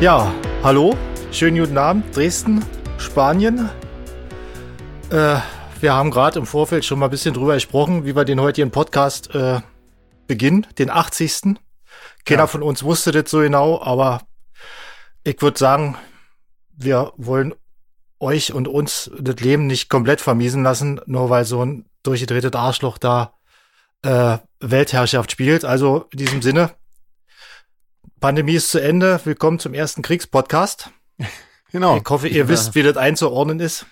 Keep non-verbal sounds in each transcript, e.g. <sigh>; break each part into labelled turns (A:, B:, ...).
A: Ja, hallo, schönen guten Abend, Dresden, Spanien. Äh, wir haben gerade im Vorfeld schon mal ein bisschen drüber gesprochen, wie wir den heutigen Podcast äh, beginnen, den 80. Keiner
B: Ja.
A: von uns wusste das so genau, aber ich würde sagen, wir wollen euch und uns das Leben nicht komplett vermiesen lassen, nur weil so ein durchgedrehtes Arschloch da äh, Weltherrschaft spielt. Also in diesem Sinne, Pandemie ist zu Ende. Willkommen zum ersten Kriegspodcast.
B: Genau.
A: Ich hoffe, ihr wisst, wie das einzuordnen ist.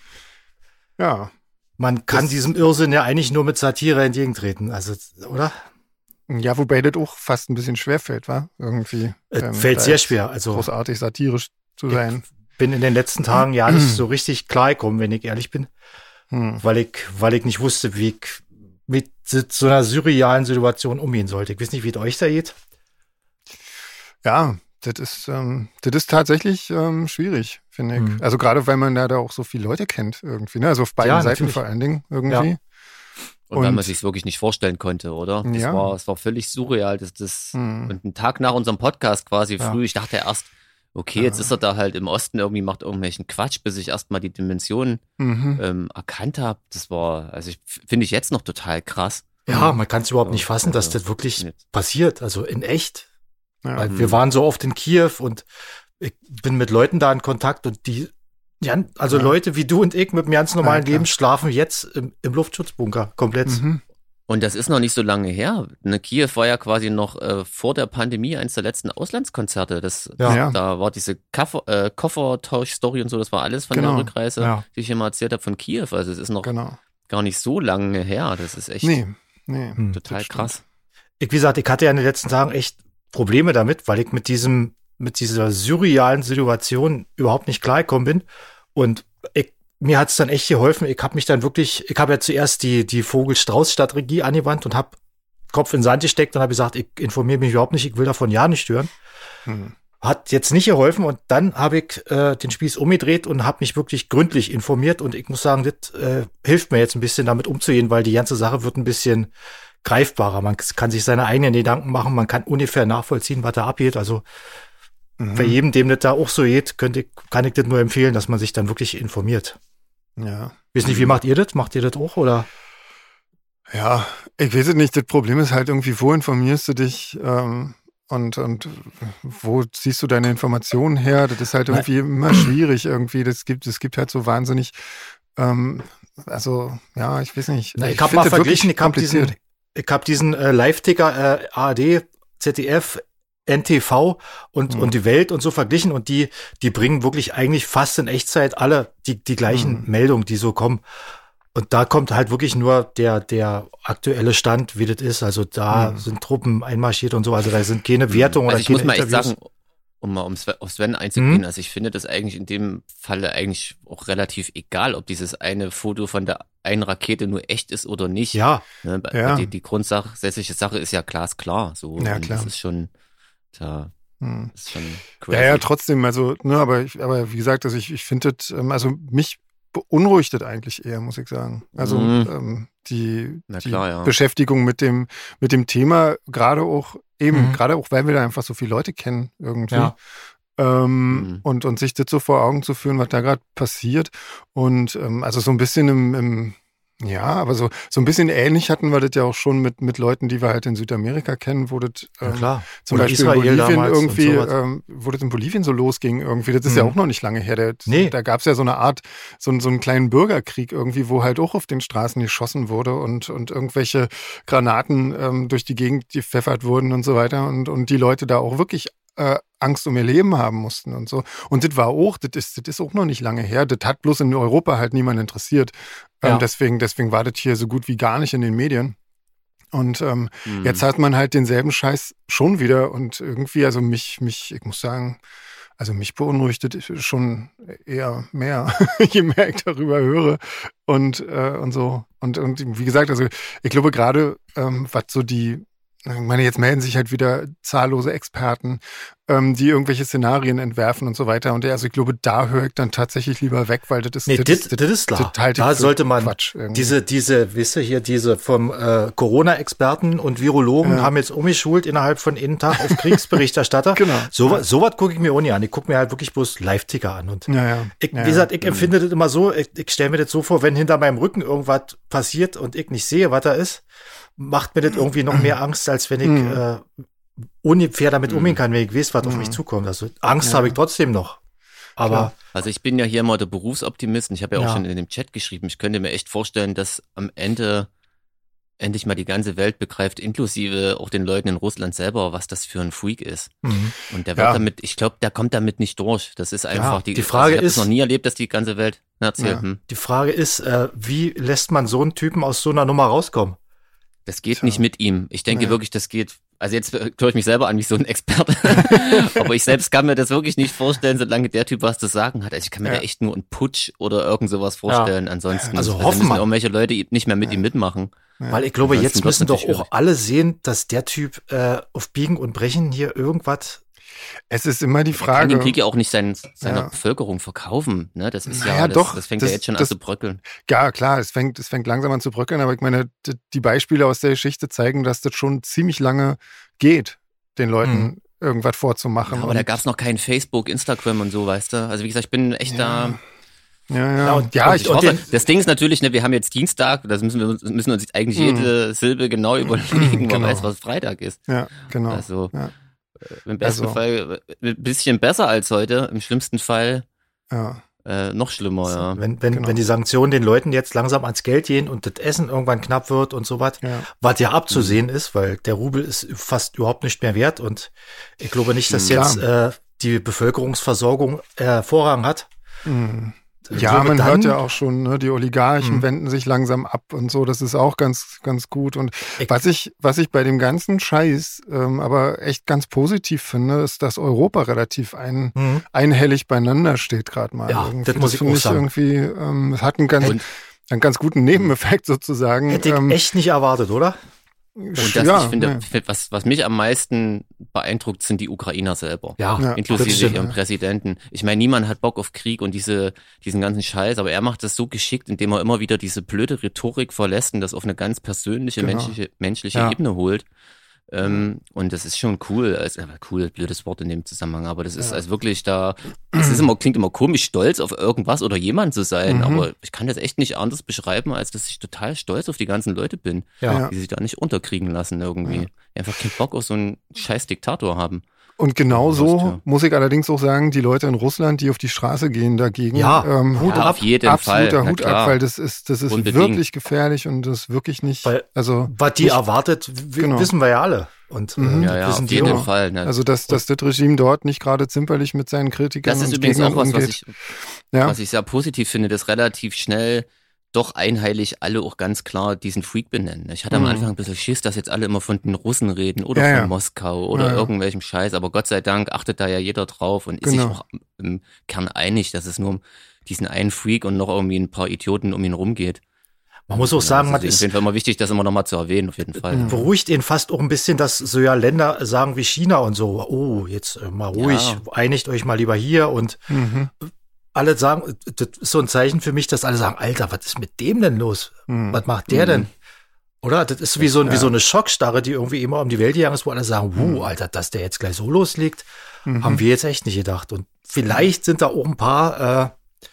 B: Ja.
A: Man kann
B: Das-
A: diesem Irrsinn ja eigentlich nur mit Satire entgegentreten. Also, oder?
B: Ja, wobei das auch fast ein bisschen schwer fällt, war irgendwie.
A: Es
B: ähm,
A: fällt
B: da
A: sehr
B: jetzt
A: schwer. Also,
B: Großartig satirisch zu sein.
A: bin in den letzten Tagen ja
B: <clears throat>
A: nicht so richtig klar gekommen, wenn ich ehrlich bin,
B: Hm.
A: weil ich, weil ich nicht wusste, wie ich mit so einer surrealen Situation umgehen sollte. Ich weiß nicht, wie es euch da geht.
B: Ja, das ist, ähm, das ist tatsächlich ähm, schwierig, finde ich.
A: Mhm.
B: Also gerade weil man ja da auch so viele Leute kennt irgendwie, ne? Also auf beiden
A: Ja,
B: Seiten
A: natürlich.
B: vor allen Dingen irgendwie.
C: Und, weil
B: Und-
C: man sich wirklich nicht vorstellen konnte, oder? Das
B: Ja.
C: war, es war völlig surreal, dass das
B: Hm.
C: und einen Tag nach unserem Podcast quasi
A: Ja.
C: früh, ich dachte erst, okay, jetzt
B: Ja.
C: ist er da halt im Osten irgendwie macht irgendwelchen Quatsch, bis ich erstmal die Dimensionen
B: Mhm.
C: ähm, erkannt habe. Das war, also ich finde ich jetzt noch total krass.
A: äh, Ja, man kann es überhaupt nicht
C: Ja,
A: fassen, dass
C: also,
A: das wirklich
C: nee.
A: passiert. Also in echt.
B: Ja.
A: Weil
C: Mhm.
A: wir waren so oft in Kiew und ich bin mit Leuten da in Kontakt und die, ja, also
B: Ja.
A: Leute wie du und ich mit einem ganz normalen
B: Ja, klar.
A: Leben schlafen jetzt im, im Luftschutzbunker komplett.
B: Mhm.
C: Und das ist noch nicht so lange her. Ne, Kiew war ja quasi noch äh, vor der Pandemie eines der letzten Auslandskonzerte. Das,
A: Ja.
B: Ja.
C: Da war diese Kaffer, äh, Koffertausch-Story und so, das war alles von
B: Genau.
C: der Rückreise,
A: Ja.
C: die ich immer erzählt habe von Kiew. Also es ist noch
B: Genau.
C: gar nicht so lange her. Das ist echt
B: Nee, nee.
A: Hm.
C: total
B: das stimmt.
C: krass.
A: ich, wie gesagt, ich hatte ja in den letzten Tagen echt Probleme damit, weil ich mit diesem, mit dieser surrealen Situation überhaupt nicht klargekommen bin. Und ich, mir hat's dann echt geholfen. Ich habe mich dann wirklich, ich habe ja zuerst die, die Vogel-Strauß-Strategie angewandt und habe Kopf in den Sand gesteckt und habe gesagt, ich informiere mich überhaupt nicht, ich will davon ja nicht hören.
B: Hm.
A: Hat jetzt nicht geholfen und dann habe ich äh, den Spieß umgedreht und habe mich wirklich gründlich informiert und ich muss sagen, das äh, hilft mir jetzt ein bisschen damit umzugehen, weil die ganze Sache wird ein bisschen greifbarer. Man kann sich seine eigenen Gedanken machen, man kann ungefähr nachvollziehen, was da abgeht. Also bei
B: Mhm.
A: jedem, dem das da auch so geht, könnte, ich- kann ich das nur empfehlen, dass man sich dann wirklich informiert.
B: Mhm. Ja.
A: Wissen nicht, wie macht ihr das? Macht ihr das auch oder?
B: Ja, ich weiß es nicht. Das Problem ist halt irgendwie, wo informierst du dich ähm, und, und wo ziehst du deine Informationen her? Das ist halt
A: Nein.
B: irgendwie immer schwierig irgendwie. Das gibt, es gibt halt so wahnsinnig, ähm, also ja, ich weiß nicht.
A: Na, ich hab
B: find
A: mal
B: das wirklich
A: verglichen, ich hab diesen,
B: kompliziert.
A: ich hab diesen äh, Live-Ticker äh, ARD, ZDF, NTV und,
B: Hm.
A: und die Welt und so verglichen und die, die bringen wirklich eigentlich fast in Echtzeit alle die, die gleichen
B: Hm.
A: Meldungen, die so kommen. Und da kommt halt wirklich nur der, der aktuelle Stand, wie das ist. Also da
B: Hm.
A: sind Truppen einmarschiert und so. Also da sind keine Wertungen
C: also
A: oder
C: ich
A: keine
C: muss mal echt
A: Interviews.
C: sagen, um mal um Sven, auf Sven
A: Mhm.
C: einzugehen, also ich finde das eigentlich in dem Falle eigentlich auch relativ egal, ob dieses eine Foto von der einen Rakete nur echt ist oder nicht.
A: ja,
C: Ne, bei-
B: Ja.
C: Die, die grundsätzliche Sache ist ja glasklar. So.
B: Ja,
C: Und
B: klar.
C: Das ist schon, da
B: Hm.
C: ist schon crazy.
B: Ja, ja, trotzdem, also, ne, aber, ich, aber wie gesagt, also ich, ich finde das, ähm, also mich beunruhigt das eigentlich eher, muss ich sagen. Also
C: Mhm.
B: ähm, die,
C: Na
B: die
C: klar, ja.
B: Beschäftigung mit dem, mit dem Thema, gerade auch eben,
A: Mhm.
B: gerade auch, weil wir da einfach so viele Leute kennen irgendwie.
A: Ja.
B: Ähm,
C: Mhm.
B: und, und sich das so vor Augen zu führen, was da gerade passiert. Und ähm, also so ein bisschen im, im ja, aber so, so ein bisschen ähnlich hatten wir das ja auch schon mit, mit Leuten, die wir halt in Südamerika kennen, wo das
A: ja,
B: ähm,
A: klar.
B: zum
A: Oder
B: Beispiel
A: Israel
B: in Bolivien
A: damals und
B: irgendwie,
A: sowas.
B: ähm, wo das in Bolivien so losging irgendwie, das ist ja
A: Mhm.
B: auch noch nicht lange her. Der,
A: Nee.
B: Da gab es ja so eine Art, so, einen- so einen kleinen Bürgerkrieg irgendwie, wo halt auch auf den Straßen geschossen wurde und, und irgendwelche Granaten ähm, durch die Gegend gepfeffert wurden und so weiter und, und die Leute da auch wirklich äh, Angst um ihr Leben haben mussten und so. Und das war auch, das ist, das ist auch noch nicht lange her. Das hat bloß in Europa halt niemand interessiert. Ähm,
A: Ja.
B: deswegen, deswegen war das hier so gut wie gar nicht in den Medien. Und ähm,
C: Hm.
B: Jetzt
A: Mhm.
B: hat man halt denselben Scheiß schon wieder und irgendwie, also mich, mich, ich muss sagen, also mich beunruhigt das schon eher mehr, <laughs> je mehr ich darüber höre und, äh, und so. Und, und wie gesagt, also ich glaube gerade, ähm, was so die, ich meine, jetzt melden sich halt wieder zahllose Experten ähm, die irgendwelche Szenarien entwerfen und so weiter. Und also ich glaube, da höre ich dann tatsächlich lieber weg, weil das ist
A: Nee, das das ist klar.
B: das halte ich
A: Da
B: für
A: sollte man
B: Quatsch irgendwie.
A: Mhm. diese, diese, wisst ihr hier, diese vom äh, Corona-Experten und Virologen haben jetzt umgeschult innerhalb von einem Tag auf Kriegsberichterstatter.
B: <laughs> Genau.
A: So, wa- so was gucke ich mir auch nicht an. Ich gucke mir halt wirklich bloß Live-Ticker an. Und
B: Ja, ja.
A: Ich,
B: Ja, genau.
A: wie gesagt, ich empfinde das immer so, ich, ich stelle mir das so vor, wenn hinter meinem Rücken irgendwas passiert und ich nicht sehe, was da ist, macht mir das irgendwie noch mehr Angst, als wenn ich
B: Mhm.
A: äh, ungefähr damit umgehen kann, wenn ich weiß, was auf mich zukommt. Also Angst habe ich trotzdem noch. Aber
C: Also ich bin ja hier mal der Berufsoptimist und ich habe ja auch
A: Ja.
C: schon in dem Chat geschrieben, ich könnte mir echt vorstellen, dass am Ende endlich mal die ganze Welt begreift, inklusive auch den Leuten in Russland selber, was das für ein Freak ist.
A: mhm.
C: Und der wird
B: Ja.
C: damit, ich glaube, der kommt damit nicht durch. Das ist einfach die,
A: die Frage
C: also ich
A: ist-
C: habe noch nie erlebt, dass die ganze Welt Na, erzähl,
B: Ja.
C: hm,
A: die Frage ist, äh, wie lässt man so einen Typen aus so einer Nummer rauskommen?
C: das geht
B: Tja.
C: nicht mit ihm. Ich denke
B: Ja.
C: wirklich, das geht. Also jetzt höre ich mich selber an wie so ein Experte,
B: <laughs>
C: aber ich selbst kann mir das wirklich nicht vorstellen, solange der Typ was zu sagen hat. Also ich kann mir
B: Ja.
C: da echt nur einen Putsch oder irgend sowas vorstellen. Ansonsten
A: Also
C: müssen
A: hoffen wir.
C: irgendwelche Leute nicht mehr mit ihm mitmachen.
A: Weil ich glaube,
C: Ja,
A: jetzt
C: das ist
A: müssen doch
C: natürlich
A: auch
C: schwierig.
A: alle sehen, dass der Typ äh, auf Biegen und Brechen hier irgendwas
B: Es ist immer die
C: Er kann
B: Frage.
C: den Krieg ja auch nicht sein, seiner
B: Ja.
C: Bevölkerung verkaufen. Ne? Das ist
B: Naja,
C: ja, das,
B: doch,
C: das fängt
B: das-
C: ja jetzt schon an
B: das-
C: zu bröckeln.
B: Ja, klar, es fängt, es fängt langsam an zu bröckeln, aber ich meine, d- die Beispiele aus der Geschichte zeigen, dass das schon ziemlich lange geht, den Leuten
A: Hm.
B: irgendwas vorzumachen.
C: Mhm. Ja, aber da
B: Und-
C: gab's noch kein Facebook, Instagram und so, weißt du? Also wie gesagt, ich bin
B: Ja.
C: echt da. Genau,
B: ja, ja.
A: Ja, und-
B: ja,
A: und
B: Ah, ich,
C: Ich hoffe,
A: den-
C: das Ding ist natürlich, ne, wir haben jetzt Dienstag, das müssen wir uns- müssen uns jetzt eigentlich
B: Mhm.
C: jede Silbe genau überlegen, man
B: Genau.
C: weiß, was Freitag ist.
B: ja, genau.
C: Also
B: Ja.
C: äh, im besten
B: Also.
C: Fall äh, ein bisschen besser als heute, im schlimmsten Fall
B: ja.
C: äh, noch schlimmer, ja.
A: Wenn, wenn,
B: Genau.
A: wenn die Sanktionen den Leuten jetzt langsam ans Geld gehen und das Essen irgendwann knapp wird und so was,
B: Ja.
A: was ja abzusehen ist, weil der Rubel ist fast überhaupt nicht mehr wert und ich glaube nicht, dass
B: Mhm.
A: jetzt äh, die Bevölkerungsversorgung äh, Vorrang hat.
B: Hm.
A: Ich
B: Ja,
A: glaube,
B: man
A: dann-
B: hört ja auch schon, ne, die Oligarchen
C: Mhm.
A: Hm.
B: wenden sich langsam ab und so. Das ist auch ganz, ganz gut. Und
A: Ich-
B: was ich, was ich bei dem ganzen Scheiß ähm, aber echt ganz positiv finde, ist, dass Europa relativ ein,
A: Hm.
B: einhellig beieinander steht gerade mal.
A: Ja,
B: Irgendwie.
A: das muss ich
B: finde
A: auch sagen.
B: Irgendwie, ähm, es hat einen ganz,
C: Und-
B: einen ganz guten Nebeneffekt sozusagen.
A: Hätte ich
B: ähm,
A: echt nicht erwartet, oder?
C: Und das,
B: ja,
C: ich finde,
B: ja.
C: was, was mich am meisten beeindruckt, sind die Ukrainer selber.
A: Ja,
B: Ja.
A: das
C: inklusive
A: stimmt.
C: ihrem Präsidenten. Ich meine, niemand hat Bock auf Krieg und diese, diesen ganzen Scheiß, aber er macht das so geschickt, indem er immer wieder diese blöde Rhetorik verlässt und das auf eine ganz persönliche,
B: Genau.
C: menschliche, menschliche
B: Ja.
C: Ebene holt. Ähm, und das ist schon cool. Also, aber cool, blödes Wort in dem Zusammenhang, aber das ist also wirklich da, es ist immer, klingt immer komisch, stolz auf irgendwas oder jemand zu sein,
B: Mhm.
C: aber ich kann das echt nicht anders beschreiben, als dass ich total stolz auf die ganzen Leute bin
A: Ja.
B: Ja.
C: die sich da nicht unterkriegen lassen irgendwie. Die einfach keinen Bock auf so einen scheiß Diktator haben.
B: Und genau so
C: Ja.
B: muss ich allerdings auch sagen, die Leute in Russland, die auf die Straße gehen dagegen,
A: Ja,
B: ähm,
A: Hut
C: ja,
A: ab,
C: auf jeden
B: absoluter
C: Fall. na
B: Hut
C: klar.
B: ab, weil das ist, das ist
C: Unbedingt.
B: wirklich gefährlich und das ist wirklich nicht,
A: Weil-
B: also,
A: Was die erwartet, w-
B: Genau.
A: wissen wir ja alle. Und
B: Mhm.
A: äh,
C: ja, ja,
A: wissen
C: auf
A: die
C: jeden
A: auch.
C: Fall. Ne?
B: also dass, dass das Regime dort nicht gerade zimperlich mit seinen Kritikern
C: das ist
B: und
C: übrigens
B: Gegnern
C: auch was, was
B: umgeht.
C: ich,
B: ja.
C: was ich sehr positiv finde, dass relativ schnell doch einheilig alle auch ganz klar diesen Freak benennen. Ich hatte
B: Mhm.
C: am Anfang ein bisschen Schiss, dass jetzt alle immer von den Russen reden oder
B: Ja,
C: von
B: ja.
C: Moskau oder
B: Ja, ja.
C: irgendwelchem Scheiß, aber Gott sei Dank achtet da ja jeder drauf und ist sich
B: Genau.
C: auch im Kern einig, dass es nur um diesen einen Freak und noch irgendwie ein paar Idioten um ihn rumgeht.
A: Man muss auch
C: Ja,
A: sagen,
C: das
A: man
C: ist auf
A: ist
C: jeden Fall immer wichtig, das immer nochmal zu erwähnen, auf jeden Fall.
B: Mhm.
A: beruhigt ihn fast auch ein bisschen, dass so ja Länder sagen wie China und so, oh, jetzt äh, mal ruhig,
C: Ja.
A: einigt euch mal lieber hier und
B: Mhm.
A: alle sagen, das ist so ein Zeichen für mich, dass alle sagen, Alter, was ist mit dem denn los?
B: Mhm.
A: Was macht der
C: Mhm.
A: denn? Oder? Das ist wie so, ein, wie
B: Ja.
A: so eine Schockstarre, die irgendwie immer um die Welt gegangen ist, wo alle sagen, wow, Alter, dass der jetzt gleich so loslegt,
B: Mhm.
A: haben wir jetzt echt nicht gedacht. Und vielleicht sind da auch ein paar äh,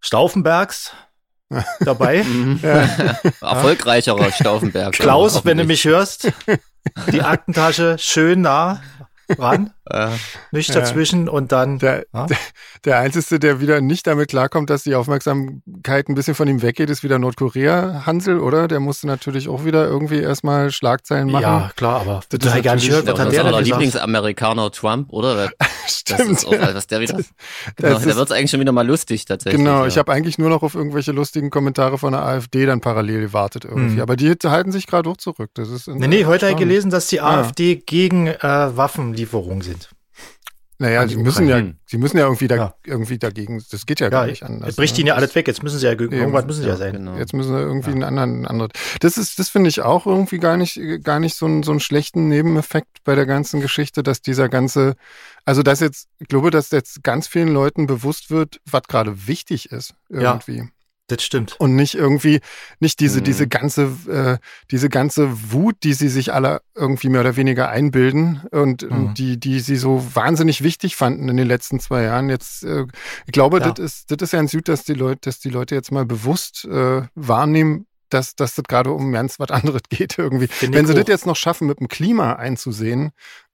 A: Stauffenbergs dabei.
C: Mhm. <laughs> Erfolgreicherer Stauffenberg.
A: Klaus, wenn du
C: Hoffentlich.
A: mich hörst, die Aktentasche schön nah ran,
C: Äh,
A: nicht
B: Ja.
A: dazwischen und dann
B: Der,
A: Ja.
B: der, der Einzige, der wieder nicht damit klarkommt, dass die Aufmerksamkeit ein bisschen von ihm weggeht, ist wieder Nordkorea, Hansel, oder? Der musste natürlich auch wieder irgendwie erstmal Schlagzeilen machen. <laughs>
A: Ja, klar, aber das
B: Das ist
A: habe ich gar nicht
B: natürlich-
A: gehört.
C: ja,
A: Was
B: und
A: hat
C: unser
A: der
C: aller
A: denn gesagt?
C: Lieblingsamerikaner Trump, oder?
A: <laughs>
C: Das
B: stimmt.
C: ist auch,
A: halt-
C: was der wieder. Genau,
B: das
C: <laughs> da
B: ist-
C: wird's eigentlich schon wieder mal lustig tatsächlich.
B: Genau,
C: ja.
B: ich habe eigentlich nur noch auf irgendwelche lustigen Kommentare von der AfD dann parallel gewartet irgendwie.
A: Mhm.
B: Aber die halten sich gerade auch zurück. Das ist
A: Nee, nee, heute habe ich
B: erstaunlich.
A: gelesen, dass die
B: Ah.
A: AfD gegen äh, Waffenlieferungen sind.
B: Naja,
A: An die
B: die müssen ja,
C: Ukraine.
B: die müssen ja irgendwie, da,
A: Ja.
B: irgendwie dagegen, das geht ja,
A: Ja,
B: gar nicht anders.
A: bricht
B: ne?
A: ihnen ja alles weg. Jetzt müssen sie ja, irgendwas müssen sie ja, sein.
C: Genau.
B: Jetzt müssen wir irgendwie einen anderen, einen anderen. Das ist, das finde ich auch irgendwie gar nicht, gar nicht so einen, so einen schlechten Nebeneffekt bei der ganzen Geschichte, dass dieser ganze, also dass jetzt, ich glaube, dass jetzt ganz vielen Leuten bewusst wird, was gerade wichtig ist
A: Ja.
B: irgendwie.
A: Das stimmt.
B: Und nicht irgendwie, nicht diese,
C: Mhm.
B: diese ganze, äh, diese ganze Wut, die sie sich alle irgendwie mehr oder weniger einbilden und äh,
A: Mhm.
B: die, die sie so wahnsinnig wichtig fanden in den letzten zwei Jahren. Jetzt, äh, ich glaube,
A: Ja.
B: das ist, das ist ja ein Süd, dass die Leute, dass die Leute jetzt mal bewusst äh, wahrnehmen, dass, dass das gerade um ganz was anderes <laughs> geht irgendwie.
A: Find ich
B: Wenn sie
A: auch.
B: das jetzt noch schaffen, mit dem Klima einzusehen,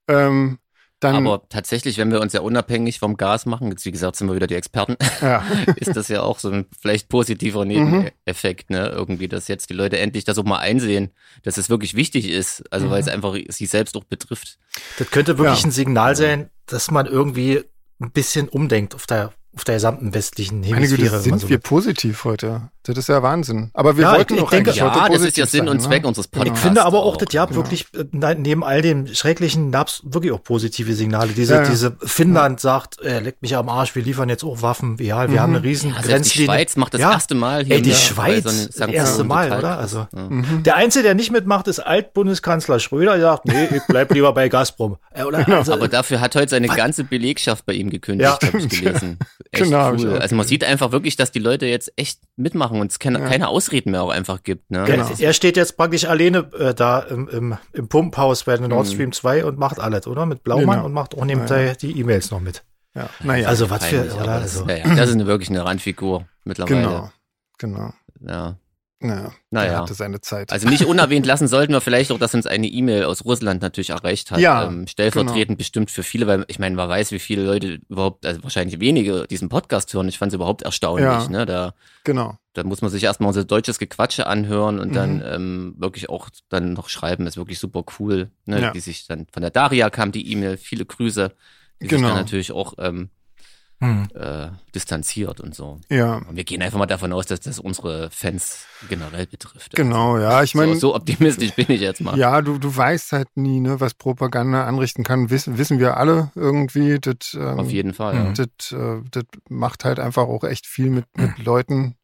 B: ähm, dann,
C: Aber tatsächlich, wenn wir uns ja unabhängig vom Gas machen, jetzt wie gesagt, sind wir wieder die Experten,
B: <laughs>
C: <laughs>
A: <laughs>
B: ja,
C: ist das ja auch so ein
A: Mhm.
C: vielleicht positiver Nebeneffekt, ne? Irgendwie, dass jetzt die Leute endlich das auch mal einsehen, dass es wirklich wichtig ist,
A: Mhm.
C: also weil es einfach sie selbst auch betrifft.
A: Das könnte wirklich
B: Ja.
A: ein Signal sein, dass man irgendwie ein bisschen umdenkt auf der, auf der gesamten westlichen
B: meine
A: Hemisphäre.
B: Güte,
A: wenn man
B: sind
A: so
B: wir
A: will.
B: positiv heute. Das ist ja Wahnsinn. Aber wir
A: Ja, ich-
B: wollten
A: ich
B: doch
A: denke-
B: eigentlich heute
C: Ja, das ist ja
B: positiv
C: Sinn und
B: sein,
C: Zweck
B: ne?
C: unseres
A: ich
C: Podcasts.
A: finde aber auch, das
C: ja.
A: Jahr wirklich, äh, nein, neben all dem Schrecklichen gab es wirklich auch positive Signale. Diese,
B: Ja, ja.
A: diese Finnland sagt, äh, leckt mich am Arsch, wir liefern jetzt auch Waffen. Ja, wir
B: Mhm.
A: haben eine riesen
C: Ja, selbst Also die
A: Grenzlinie.
C: Schweiz macht das
A: Ja.
C: erste Mal hier.
A: Ey, die
C: ne, bei
A: Schweiz,
C: so einer
A: das
C: Sanktion
A: erste Mal,
C: total
A: oder?
C: krass.
A: Also-
C: Ja.
B: Mhm.
C: Mhm.
A: Der Einzige, der nicht mitmacht, ist Altbundeskanzler Schröder. Der sagt, nee, ich bleib lieber bei Gazprom. Äh, oder,
B: Genau.
A: also,
C: Aber Oh, dafür hat heute seine ganze Belegschaft bei ihm gekündigt,
A: Ja.
C: habe ich
B: <laughs>
C: gelesen. Echt
B: Genau, hab ich
C: cool.
B: auch
C: Also man sieht einfach wirklich, dass die Leute jetzt echt mitmachen und es keine, keine Ausreden mehr auch einfach gibt. Ne?
A: Ja,
B: Genau.
A: äh, Er steht jetzt praktisch alleine äh, da im, im, im Pumphaus bei Nord
C: Mhm.
A: Stream 2 und macht alles, oder? Mit Blaumann
B: Genau.
A: und macht auch nebenbei die E-Mails noch mit.
B: Ja, naja.
A: also was für,
C: Peinlich,
A: oder?
C: aber das,
A: Also,
C: ja, ja, das ist eine, wirklich eine Randfigur mittlerweile.
B: Genau. Genau.
C: Ja.
B: Naja.
C: Naja.
B: Er hatte seine Zeit.
C: Also nicht unerwähnt lassen sollten wir vielleicht auch, dass uns eine E-Mail aus Russland natürlich erreicht hat. Ähm,
B: Ja, genau.
C: stellvertretend bestimmt für viele, weil ich meine, man weiß, wie viele Leute überhaupt, also wahrscheinlich wenige diesen Podcast hören. Ich fand es überhaupt erstaunlich.
B: Ja.
C: Ne? Da
B: genau.
C: da muss man sich erstmal unser deutsches Gequatsche anhören und
B: Mhm.
C: dann ähm, wirklich auch dann noch schreiben. Ist wirklich super cool. Ne?
B: Ja.
C: Die sich dann von der Daria kam die E-Mail, viele Grüße, die sich
B: Genau.
C: dann natürlich auch ähm,
B: Mhm.
A: hm.
C: äh, distanziert und so.
B: Ja.
C: Und wir gehen einfach mal davon aus, dass das unsere Fans generell betrifft. Also,
B: Genau, ja. Ich meine,
C: so, so optimistisch bin ich jetzt mal.
B: ja, du, du weißt halt nie, ne, was Propaganda anrichten kann. Wissen, wissen wir alle irgendwie. Das, ähm,
C: Auf jeden Fall.
A: Mhm.
C: Ja.
B: das, äh, das macht halt einfach auch echt viel mit,
A: <clears throat>
B: mit Leuten.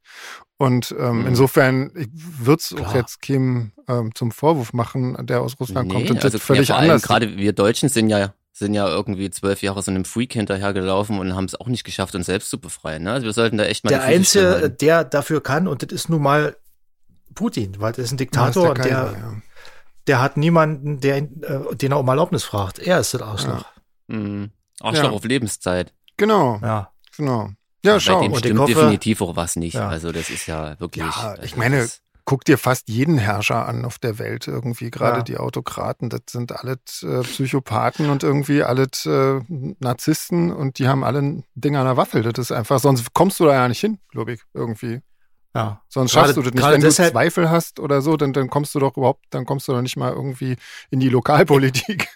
B: Und ähm,
C: Mhm.
B: insofern wird es auch
A: Klar.
B: jetzt keinem ähm, zum Vorwurf machen, der aus Russland kommt. Und das
C: also
B: völlig
C: ja, vor allem
B: anders.
C: Gerade wir Deutschen sind ja sind ja irgendwie zwölf Jahre so einem Freak hinterhergelaufen und haben es auch nicht geschafft, uns selbst zu befreien. Ne? Also wir sollten da echt mal
A: Der
C: die Füße
A: Einzige, äh,
C: stillhalten.
A: der dafür kann, und das ist nun mal Putin, weil das ist ein
B: Da ist
A: Diktator
B: der
A: und der,
B: Keiner, ja.
A: der hat niemanden, der, ihn, äh, den er um Erlaubnis fragt. Er ist das Arschloch.
C: Mhm. Arschloch
B: Ja.
C: auf Lebenszeit.
B: Genau,
A: Ja.
B: genau. Ja,
C: Bei
B: schau.
C: dem
A: Und ich
C: stimmt
A: hoffe-
C: definitiv auch was nicht.
A: Ja.
C: Also das ist ja wirklich.
B: Ja,
C: also
B: ich meine,
C: das-
B: guck dir fast jeden Herrscher an auf der Welt irgendwie. Gerade
A: Ja.
B: die Autokraten, das sind alles äh, Psychopathen und irgendwie alles äh, Narzissten und die haben alle ein Ding an der Waffel. Das ist einfach, sonst kommst du da ja nicht hin, glaube ich, irgendwie.
A: ja.
B: Sonst
A: Gerade-
B: schaffst du das nicht.
A: gerade
B: Wenn du
A: deshalb-
B: Zweifel hast oder so, dann, dann kommst du doch überhaupt, dann kommst du doch nicht mal irgendwie in die Lokalpolitik.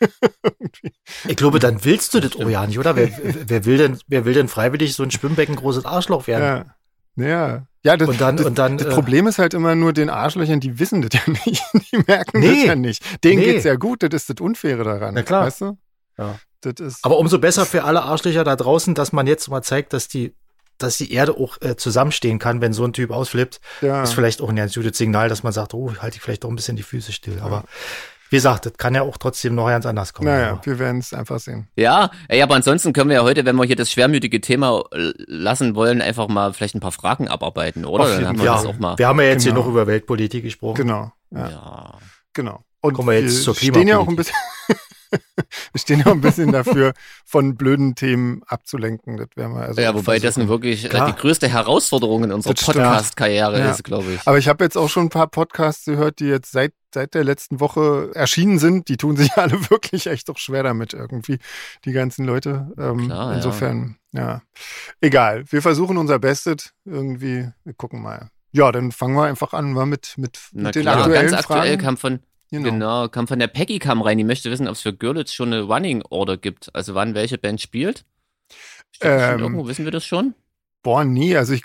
B: Irgendwie.
A: Ich glaube, dann willst du das, oh ja nicht, oder? Wer, wer, will denn, wer will denn freiwillig so ein Schwimmbecken großes Arschloch werden?
B: ja. ja. Ja, das,
A: Und dann-
B: das,
A: und dann,
B: das
A: äh,
B: Problem ist halt immer nur den Arschlöchern, die wissen das ja <laughs> nicht. Die merken das
A: Nee.
B: ja nicht. Denen
A: Nee.
B: geht's ja gut, das ist das Unfaire daran.
A: Na klar.
B: Weißt du?
A: Ja.
B: Das ist.
A: Aber umso besser für alle Arschlöcher da draußen, dass man jetzt mal zeigt, dass die, dass die Erde auch äh, zusammenstehen kann, wenn so ein Typ ausflippt.
B: ja.
A: Ist vielleicht auch ein ganz gutes Signal, dass man sagt, oh, halte ich vielleicht doch ein bisschen die Füße still. Aber wie gesagt, das kann ja auch trotzdem noch ganz anders kommen.
B: Naja,
A: Aber-
B: wir werden es einfach sehen.
C: ja, ey, aber ansonsten können wir ja heute, wenn wir hier das schwermütige Thema äh, lassen wollen, einfach mal vielleicht ein paar Fragen abarbeiten, oder?
B: Auf
C: Dann
B: jeden
C: haben wir
A: ja,
C: das auch mal.
A: wir haben ja jetzt
B: Genau.
A: hier noch über Weltpolitik gesprochen.
B: Genau. Ja,
C: Ja.
B: genau. Und
A: Kommen wir jetzt zur
B: stehen ja auch ein bisschen,
A: Klimapolitik.
B: wir stehen ja auch ein bisschen <laughs> dafür, von blöden Themen abzulenken. Das werden wir also
C: ja, wobei das
B: versuchen.
C: nun wirklich äh,
A: Klar.
C: die größte Herausforderung in unserer
B: Das stimmt.
C: Podcast-Karriere
B: Ja.
C: ist, glaube ich.
B: Aber ich habe jetzt auch schon ein paar Podcasts gehört, die jetzt seit, seit der letzten Woche erschienen sind. Die tun sich <laughs> alle wirklich echt doch schwer damit irgendwie, die ganzen Leute. Ähm,
C: Klar, ja.
B: insofern, ja. Egal, wir versuchen unser Bestes irgendwie. Wir gucken mal. Ja, dann fangen wir einfach an mal mit, mit,
C: Na
B: mit den
C: klar,
B: aktuellen
C: ganz aktuell
B: Fragen.
C: kam von
B: Genau.
C: genau. kam von der Peggy kam rein, die möchte wissen, ob es für Görlitz schon eine Running Order gibt, also wann welche Band spielt. Ich glaub, bestimmt
B: Ähm,
C: irgendwo wissen wir das schon.
B: Boah, nie. Also ich,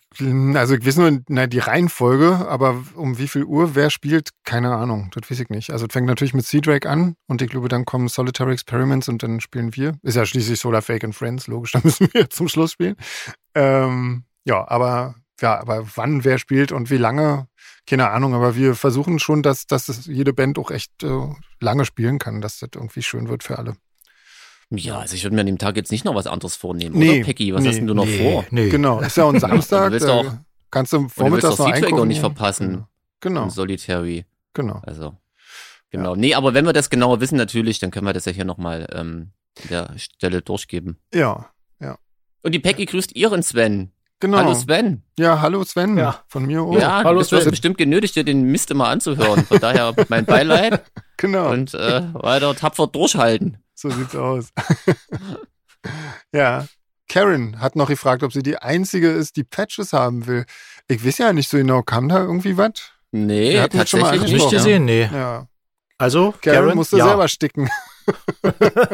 B: also ich weiß nur na, die Reihenfolge, aber um wie viel Uhr wer spielt, keine Ahnung. Das weiß ich nicht. Also es fängt natürlich mit Sea Drake an und ich glaube, dann kommen Solitary Experiments und dann spielen wir. Ist ja schließlich Solar Fake and Friends, logisch, <laughs> dann müssen wir zum Schluss spielen. Ähm, ja, aber ja, aber wann wer spielt und wie lange, keine Ahnung, aber wir versuchen schon, dass, dass das jede Band auch echt äh, lange spielen kann, dass das irgendwie schön wird für alle.
C: Ja, also ich würde mir an dem Tag jetzt nicht noch was anderes vornehmen,
B: Nee,
C: oder Peggy? Was
B: nee,
C: hast denn du noch
A: nee,
C: vor?
A: nee.
B: Genau, ist ja
C: <laughs>
B: auch ein Samstag.
C: willst
B: äh,
C: auch-
B: kannst du
C: Und du willst
B: vormittags
C: doch
B: noch
C: Seatrack
B: eingucken.
C: auch nicht verpassen.
B: Genau,
C: Und Solitary.
B: genau.
C: Also, genau. Nee, aber wenn wir das genauer wissen natürlich, dann können wir das ja hier nochmal ähm, an der Stelle durchgeben.
B: Ja,
C: Und die Peggy grüßt ihren Sven.
B: genau. Oh,
C: Hallo Sven.
B: Ja, hallo Sven.
A: Ja.
B: Von mir auch.
C: ja,
A: hallo
C: du bist, du hast
A: Sven.
C: bestimmt genötigt, dir den Mist immer anzuhören. Von
B: <laughs>
C: daher mein Beileid
B: Genau.
C: und äh, weiter tapfer durchhalten.
B: So sieht's aus. <laughs> ja. Karen hat noch gefragt, ob sie die einzige ist, die Patches haben will. Ich weiß ja nicht so genau, kam da irgendwie was?
C: Nee,
B: Wir hatten das schon mal
C: tatsächlich
A: Nicht
B: Angesprochen,
C: nicht.
A: gesehen, nee.
B: Ja.
A: Also,
B: Karen,
A: Karen,
B: musste
A: ja.
B: selber sticken. <laughs>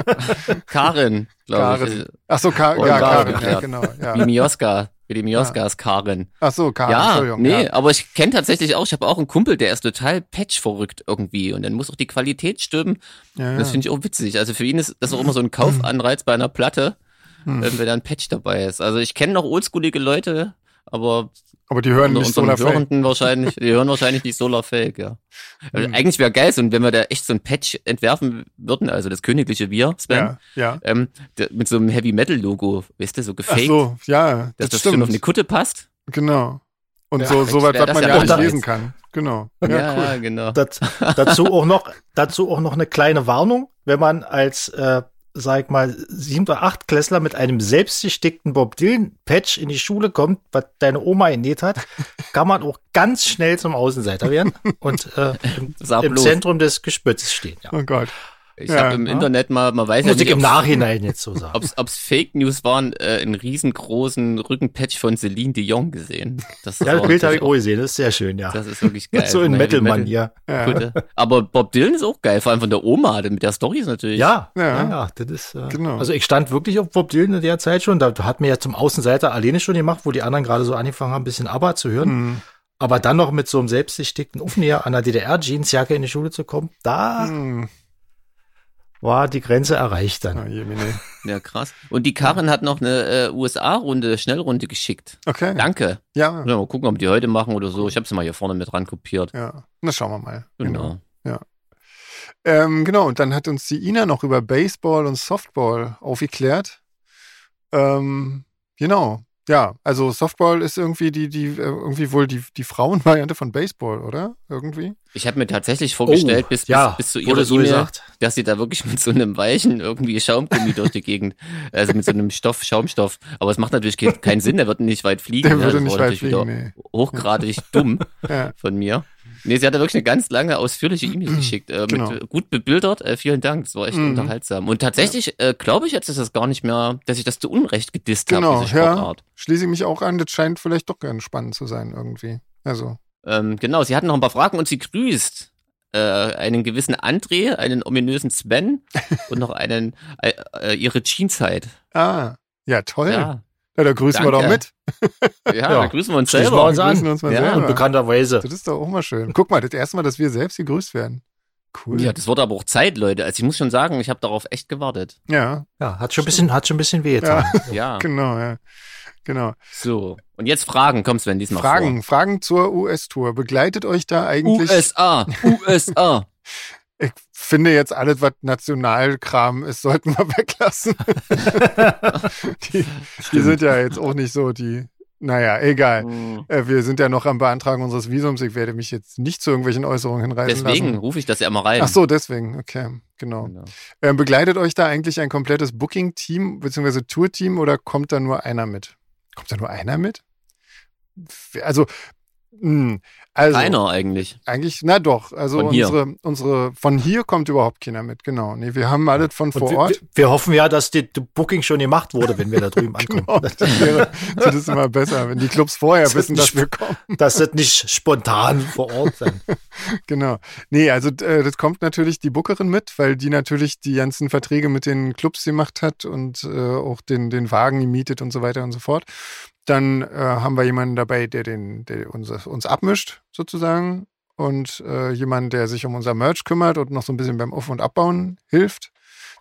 C: Karin, glaube ich.
B: Karin. Ach so, Ka
C: Und
B: ja,
C: Karen,
B: Karen, ja,
C: ja.
B: genau.
C: Wie
B: Ja.
C: Mioska. Wie die Mioska ist Karin.
B: Ach so, Karen,
C: Ja,
B: Ah, Entschuldigung.
C: nee,
B: Ja.
C: aber ich kenne tatsächlich auch, ich habe auch einen Kumpel, der ist total patchverrückt irgendwie und dann muss auch die Qualität stimmen.
B: Ja,
C: Das
B: ja.
C: finde ich auch witzig. Also für ihn ist das auch immer so ein Kaufanreiz bei einer Platte,
B: Hm.
C: wenn da ein Patch dabei ist. Also ich kenne noch oldschoolige Leute, aber
B: Aber die hören
C: unter
B: nicht so
C: unseren
B: nach Fame.
C: Hörenden wahrscheinlich, die hören wahrscheinlich nicht Solar Fake, ja. Also
B: Hm.
C: Eigentlich wäre geil, so, wenn wir da echt so ein Patch entwerfen würden, also das königliche Wir, Sven,
B: Ja, ja.
C: ähm, der- mit so einem Heavy Metal Logo, weißt du, so
B: Ach
C: gefaked,
B: so, ja, das,
C: dass das schön
B: stimmt.
C: auf eine Kutte passt.
B: Genau. Und
A: Ja,
B: so, so weit,
C: wär
B: was
C: das
B: man
C: ja
B: gar
A: der
B: nicht
A: Hammer.
B: lesen kann. Genau. Ja, cool.
C: ja genau.
A: Dat, <laughs> dazu, auch noch, dazu auch noch eine kleine Warnung, wenn man als, äh, sag ich mal, siebter, oder achtklässler mit einem selbstgestickten Bob Dylan-Patch in die Schule kommt, was deine Oma genäht hat, kann man auch ganz schnell zum Außenseiter werden und äh, im,
C: Sag
A: im
C: bloß.
A: Zentrum des Gespötzes stehen. Ja.
B: Oh Gott.
C: Ich
B: Ja,
C: habe im
B: ja.
C: Internet mal, man weiß
A: Muss
C: ja
A: ich im
C: nicht,
A: Nachhinein jetzt so sagen.
C: ob es Fake News waren, äh, einen riesengroßen Rückenpatch von Celine Dion gesehen. Das ist
A: Ja,
C: auch-
A: das Bild habe ich
C: das
A: auch gesehen, das ist sehr schön, ja.
C: Das ist wirklich geil.
A: <laughs> so in
C: Eine Heavy
A: Metal-Manier. ja.
B: Ja.
C: Metal- Kutte. Aber Bob Dylan ist auch geil, vor allem von der Oma, denn mit der Story ist natürlich.
A: Ja,
B: Ja.
A: ja, ja, das ist. Äh,
B: Genau.
A: Also ich stand wirklich auf Bob Dylan in der Zeit schon. Da hat mir ja zum Außenseiter alleine schon gemacht, wo die anderen gerade so angefangen haben, ein bisschen ABBA zu hören.
B: Hm.
A: Aber dann noch mit so einem selbstgestickten Aufnäher an der DDR-Jeansjacke in die Schule zu kommen, da
B: Hm.
A: war die Grenze erreicht
B: Oh,
A: dann.
B: je, meine.
C: Ja, krass. Und die Karin hat noch eine äh, USA-Runde, Schnellrunde geschickt.
B: Okay.
C: Danke.
B: Ja,
C: Ja, mal gucken, ob die heute machen oder so. Ich habe sie mal hier vorne mit ran kopiert.
B: ja. Na, schauen wir mal.
C: Genau.
B: Ähm, genau, und dann hat uns die Ina noch über Baseball und Softball aufgeklärt. Ähm, genau. Ja, also Softball ist irgendwie die, die, äh, irgendwie wohl die, die Frauenvariante von Baseball, oder? Irgendwie?
C: Ich habe mir tatsächlich vorgestellt,
A: Oh,
C: bis, bis,
A: ja,
C: bis zu
A: wurde
C: ihrer
A: so
C: E-Mail,
A: gesagt.
C: dass sie da wirklich mit so einem weichen irgendwie Schaumgummi durch die Gegend, also mit so einem Stoff, Schaumstoff. Aber es macht natürlich ke- keinen Sinn, der wird nicht weit fliegen.
B: Der
C: ne?
B: würde
C: Das
B: nicht
C: war
B: weit
C: natürlich wieder
B: fliegen, nee. <laughs>
C: Hochgradig dumm <laughs>
B: Ja.
C: von mir. Nee, sie hat da wirklich eine ganz lange,
B: <clears throat>
C: ausführliche E-Mail geschickt, äh,
B: Genau.
C: mit, gut bebildert. Äh, vielen Dank, das war echt
B: Mhm.
C: unterhaltsam. Und tatsächlich äh, glaube ich jetzt, dass das gar nicht mehr, dass ich das zu Unrecht gedisst
B: Genau,
C: habe, diese
B: ja.
C: Sportart.
B: Schließe ich mich auch an, das scheint vielleicht doch ganz spannend zu sein, irgendwie. Also,
C: Ähm, genau, sie hatten noch ein paar Fragen und sie grüßt äh, einen gewissen André, einen
B: <laughs>
C: ominösen Sven und noch einen äh, äh, ihre Jeanszeit.
B: ah, ja, toll. Ja,
C: Ja,
B: da grüßen wir
C: Danke.
B: doch mit.
C: ja, da grüßen wir uns selber.
A: Schließen wir
B: grüßen uns mal
C: Ja,
B: selber.
A: Und bekannterweise.
B: Das ist doch auch mal schön. Guck mal, das erste Mal, dass wir selbst gegrüßt werden. Cool.
C: Ja, das wurde aber auch Zeit, Leute. Also ich muss schon sagen, ich habe darauf echt <laughs> gewartet.
B: ja,
A: Ja, hat schon ein bisschen, hat schon ein bisschen wehgetan.
C: Ja,
B: genau, ja. Genau.
C: so. Und jetzt Fragen, komm Sven, diesmal
B: Fragen, Fragen zur US-Tour. Begleitet euch da
C: vor.
B: eigentlich?
C: USA,
B: <laughs>
C: <laughs> USA.
B: ich finde jetzt alles, was Nationalkram ist, sollten wir <laughs> weglassen. die, die sind ja jetzt auch nicht so die. Naja, egal.
C: Hm.
B: Äh, Wir sind ja noch am Beantragen unseres Visums. Ich werde mich jetzt nicht zu irgendwelchen Äußerungen hinreißen
C: Deswegen
B: lassen.
C: rufe ich das ja mal rein.
B: Also Ach so, deswegen. Okay, genau.
C: Genau.
B: Ähm, begleitet euch da eigentlich ein komplettes Booking-Team bzw. Tour-Team oder kommt da nur einer mit? Kommt da nur einer mit? F- Also, mh, also
C: Keiner eigentlich.
B: eigentlich, na doch, also
C: Von hier.
B: unsere, unsere, von hier kommt überhaupt keiner mit, genau. Nee, wir haben alles von vor
A: wir,
B: Ort.
A: wir- wir hoffen ja, dass die, die Booking schon gemacht wurde, wenn wir da drüben ankommen.
B: <laughs> Genau, <laughs> das wäre das ist immer besser, wenn die Clubs vorher
A: Das ist
B: wissen, dass
A: nicht-
B: wir kommen.
A: <laughs> Dass das nicht spontan vor Ort sein.
B: Genau. Nee, also äh, das kommt natürlich die Bookerin mit, weil die natürlich die ganzen Verträge mit den Clubs gemacht hat und äh, auch den, den Wagen gemietet und so weiter und so fort. Dann äh, haben wir jemanden dabei, der, den, der uns, uns abmischt, sozusagen. Und äh, jemanden, der sich um unser Merch kümmert und noch so ein bisschen beim Auf- und Abbauen hilft.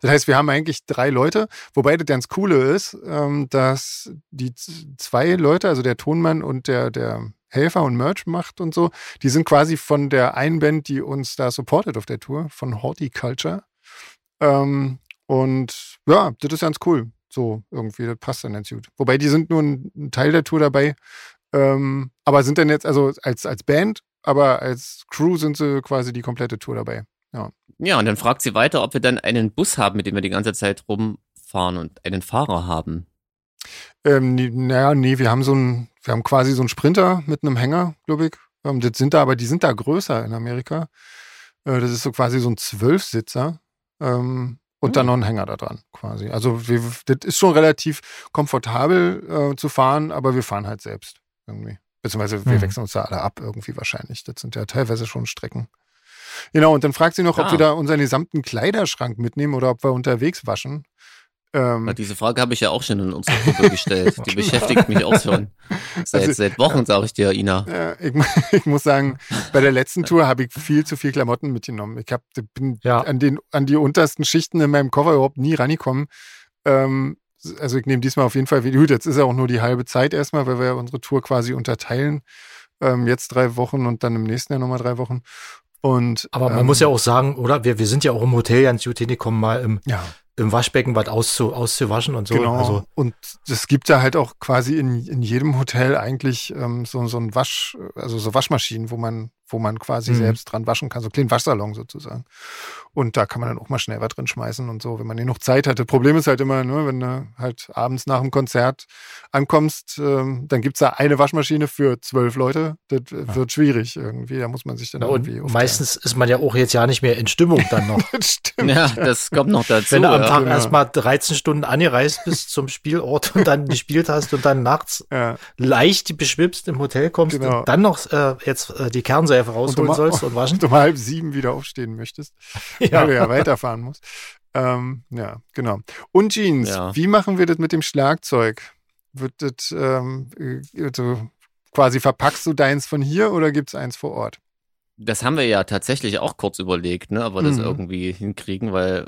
B: Das heißt, wir haben eigentlich drei Leute, wobei das ganz Coole ist, ähm, dass die z- zwei Leute, also der Tonmann und der, der Helfer und Merch macht und so, die sind quasi von der einen Band, die uns da supportet auf der Tour, von Horticulture. Ähm, und ja, das ist ganz cool. So irgendwie, das passt dann ganz gut. Wobei die sind nur ein ein Teil der Tour dabei, ähm, aber sind dann jetzt, also als, als Band, aber als Crew sind sie quasi die komplette Tour dabei.
C: Ja, und dann fragt sie weiter, ob wir dann einen Bus haben, mit dem wir die ganze Zeit rumfahren und einen Fahrer haben.
B: Hm. Ähm, nee, naja, nee, wir haben so ein, wir haben quasi so einen Sprinter mit einem Hänger, glaube ich. Ähm, das sind da, aber die sind da größer in Amerika. Äh, das ist so quasi so ein Zwölfsitzer. Ähm, und dann noch ein Hänger da dran, quasi. Also wir, das ist schon relativ komfortabel äh, zu fahren, aber wir fahren halt selbst irgendwie. Beziehungsweise wir
A: Mhm.
B: wechseln uns da alle ab irgendwie wahrscheinlich. Das sind ja teilweise schon Strecken. Genau, und dann fragt sie noch, ob
C: Ah.
B: wir da unseren gesamten Kleiderschrank mitnehmen oder ob wir unterwegs waschen. Ähm,
C: Weil diese Frage habe ich ja auch schon in unserer Gruppe gestellt.
B: <laughs>
C: Die beschäftigt mich auch schon. Seit,
B: Also-
C: seit Wochen, sage ich dir, Ina.
B: Ja, Äh, ich, mu- <laughs> ich
A: <laughs>
B: muss sagen, bei der letzten Tour habe ich viel zu viel Klamotten mitgenommen. Ich hab, bin
A: Ja.
B: an, den, an die untersten Schichten in meinem Koffer überhaupt nie rangekommen. Ähm, also ich nehme diesmal auf jeden Fall, wieder- gut, jetzt ist ja auch nur die halbe Zeit erstmal, weil wir ja unsere Tour quasi unterteilen. Ähm, jetzt drei Wochen und dann im nächsten Jahr nochmal drei Wochen. Und,
A: Aber man
B: ähm,
A: muss ja auch sagen, oder? Wir, wir sind ja auch im Hotel ganz gut hingekommen, mal im,
B: Ja,
A: im Waschbecken was auszu, auszuwaschen und so.
B: genau.
A: Also,
B: und es gibt da halt auch quasi in, in jedem Hotel eigentlich ähm, so, so ein Wasch, also so Waschmaschinen, wo man, wo man quasi
A: Mhm.
B: selbst dran waschen kann, so einen kleinen Waschsalon sozusagen. Und da kann man dann auch mal schnell was drin schmeißen und so, wenn man genug Zeit hatte. Problem ist halt immer, ne, wenn du halt abends nach dem Konzert ankommst, ähm, dann gibt's da eine Waschmaschine für zwölf Leute. Das äh, wird schwierig irgendwie. Da muss man sich dann
A: na,
B: irgendwie
A: und
B: aufteilen.
A: meistens ist man ja auch jetzt ja nicht mehr in Stimmung dann noch.
B: <laughs> Das stimmt.
C: Ja, das kommt noch dazu.
A: Wenn du am
C: Ja.
A: Tag
B: genau.
A: erstmal 13 Stunden angereist bist zum Spielort und dann gespielt hast und dann nachts
B: Ja.
A: leicht beschwipst im Hotel kommst
B: Genau.
A: und dann noch äh, jetzt äh, die Kernseife
B: Und
A: rausholen
B: du ma-
A: sollst und
B: <laughs>
A: waschen.
B: Wenn du um halb sieben wieder aufstehen möchtest,
C: <laughs>
B: weil <laughs> du ja weiterfahren musst. Ähm, ja, genau. Und Jeans,
C: Ja.
B: wie machen wir das mit dem Schlagzeug? Wird das ähm, äh, also quasi verpackst du deins von hier oder gibt es eins vor Ort?
C: Das haben wir ja tatsächlich auch kurz überlegt, ne, ob wir das
B: Mhm.
C: irgendwie hinkriegen, weil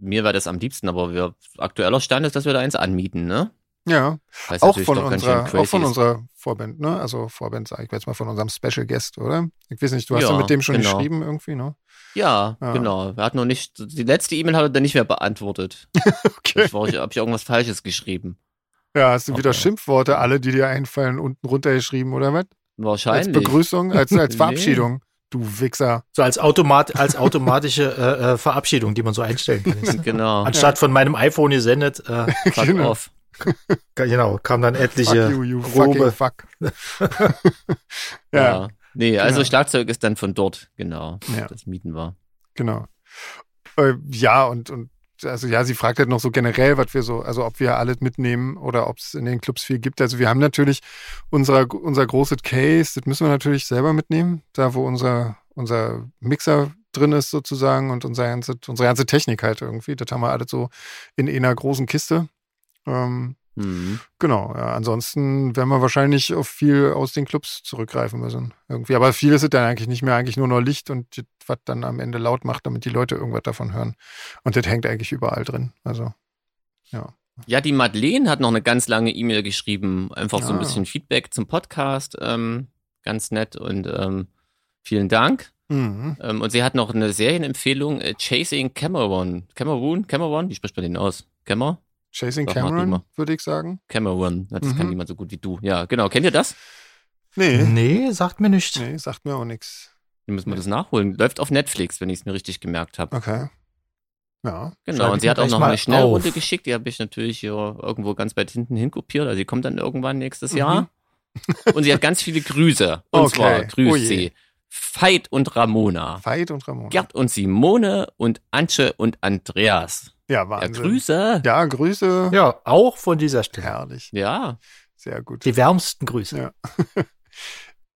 C: mir wäre das am liebsten, aber wir, aktueller Stand ist, dass wir da eins anmieten, ne?
B: Ja,
C: Weil es
B: auch
C: natürlich
B: von,
C: doch ganz schön
B: unserer,
C: crazy
B: auch von
C: ist.
B: unserer Vorband, ne? Also Vorband, sag ich jetzt mal, von unserem Special Guest, oder? Ich weiß nicht, du hast ja,
C: Ja,
B: mit dem schon
C: genau.
B: geschrieben irgendwie, ne?
C: Ja,
B: Ja.
C: genau. Wir hatten noch nicht, die letzte E-Mail hat er dann nicht mehr beantwortet.
B: Okay.
C: Ich war, ich, hab ich irgendwas Falsches geschrieben.
B: <laughs> Ja, hast du wieder
C: Okay.
B: Schimpfworte, alle, die dir einfallen, unten runtergeschrieben, oder was? Als
C: Wahrscheinlich.
B: Begrüßung, als, als
C: <laughs> Nee.
B: Verabschiedung, du Wichser.
A: So als Automat, als automatische äh, äh, Verabschiedung, die man so einstellen kann.
B: <laughs>
C: Genau.
A: Anstatt von meinem iPhone gesendet, äh,
C: Fuck
B: Genau.
C: off.
A: genau, kam dann
B: Fuck
A: etliche
B: you, you
A: grobe-
B: fucking fuck. <laughs> ja,
C: Ja. Nee, also
B: Ja.
C: Schlagzeug ist dann von dort, genau.
B: Ja.
C: Das mieten wir.
B: genau. Äh, ja, und, und also ja, sie fragt halt noch so generell, was wir so, also ob wir alles mitnehmen oder ob es in den Clubs viel gibt. Also wir haben natürlich unser, unser großes Case, das müssen wir natürlich selber mitnehmen, da wo unser, unser Mixer drin ist sozusagen und unser ganze, unsere ganze Technik halt irgendwie. Das haben wir alles so in einer großen Kiste. Ähm,
C: Mhm.
B: Genau, ja, ansonsten werden wir wahrscheinlich auf viel aus den Clubs zurückgreifen müssen. Irgendwie. Aber viel ist es dann eigentlich nicht mehr, eigentlich nur noch Licht und das, was dann am Ende laut macht, damit die Leute irgendwas davon hören. Und das hängt eigentlich überall drin. Also,
C: Ja, die Madeleine hat noch eine ganz lange E-Mail geschrieben, einfach so ein
B: Ah.
C: bisschen Feedback zum Podcast, ähm, ganz nett und ähm, vielen Dank.
B: mhm.
C: Ähm, und sie hat noch eine Serienempfehlung, äh, Chasing Cameron. Cameron? Cameron? Wie spricht man den aus? Cameron?
B: Chasing
C: Sag mal,
B: Cameron,
C: Dietmar.
B: würde ich sagen.
C: Cameron. Na, Das
B: Mhm.
C: kann niemand so gut wie du. Ja, genau. Kennt ihr das?
B: Nee,
A: Nee, sagt mir nichts.
B: Äh? nee, sagt mir auch nichts.
C: Wir müssen mal das nachholen. Läuft auf Netflix, wenn ich es mir richtig gemerkt habe.
B: Okay. Ja.
A: Schreib
C: Genau. Und
A: ich
C: sie hat
A: mir
C: auch
A: gleich
C: noch
A: mal
C: eine Schnellrunde
A: auf.
C: geschickt. Die habe ich natürlich hier irgendwo ganz weit hinten hinkopiert. Also die kommt dann irgendwann nächstes
B: Mhm.
C: Jahr. Und sie hat ganz viele Grüße. Und
B: Okay.
C: zwar grüßt
B: Oh je.
C: sie Veit und Ramona,
B: Veit und Ramon.
C: Gerd und Simone und Antje und Andreas.
B: Ja,
C: Ja,
B: Wahnsinn.
C: Grüße. Ja.
B: Ja, Grüße.
A: Ja, auch von dieser Stelle.
B: Herrlich. Sehr gut.
A: Die wärmsten Grüße.
B: Ja.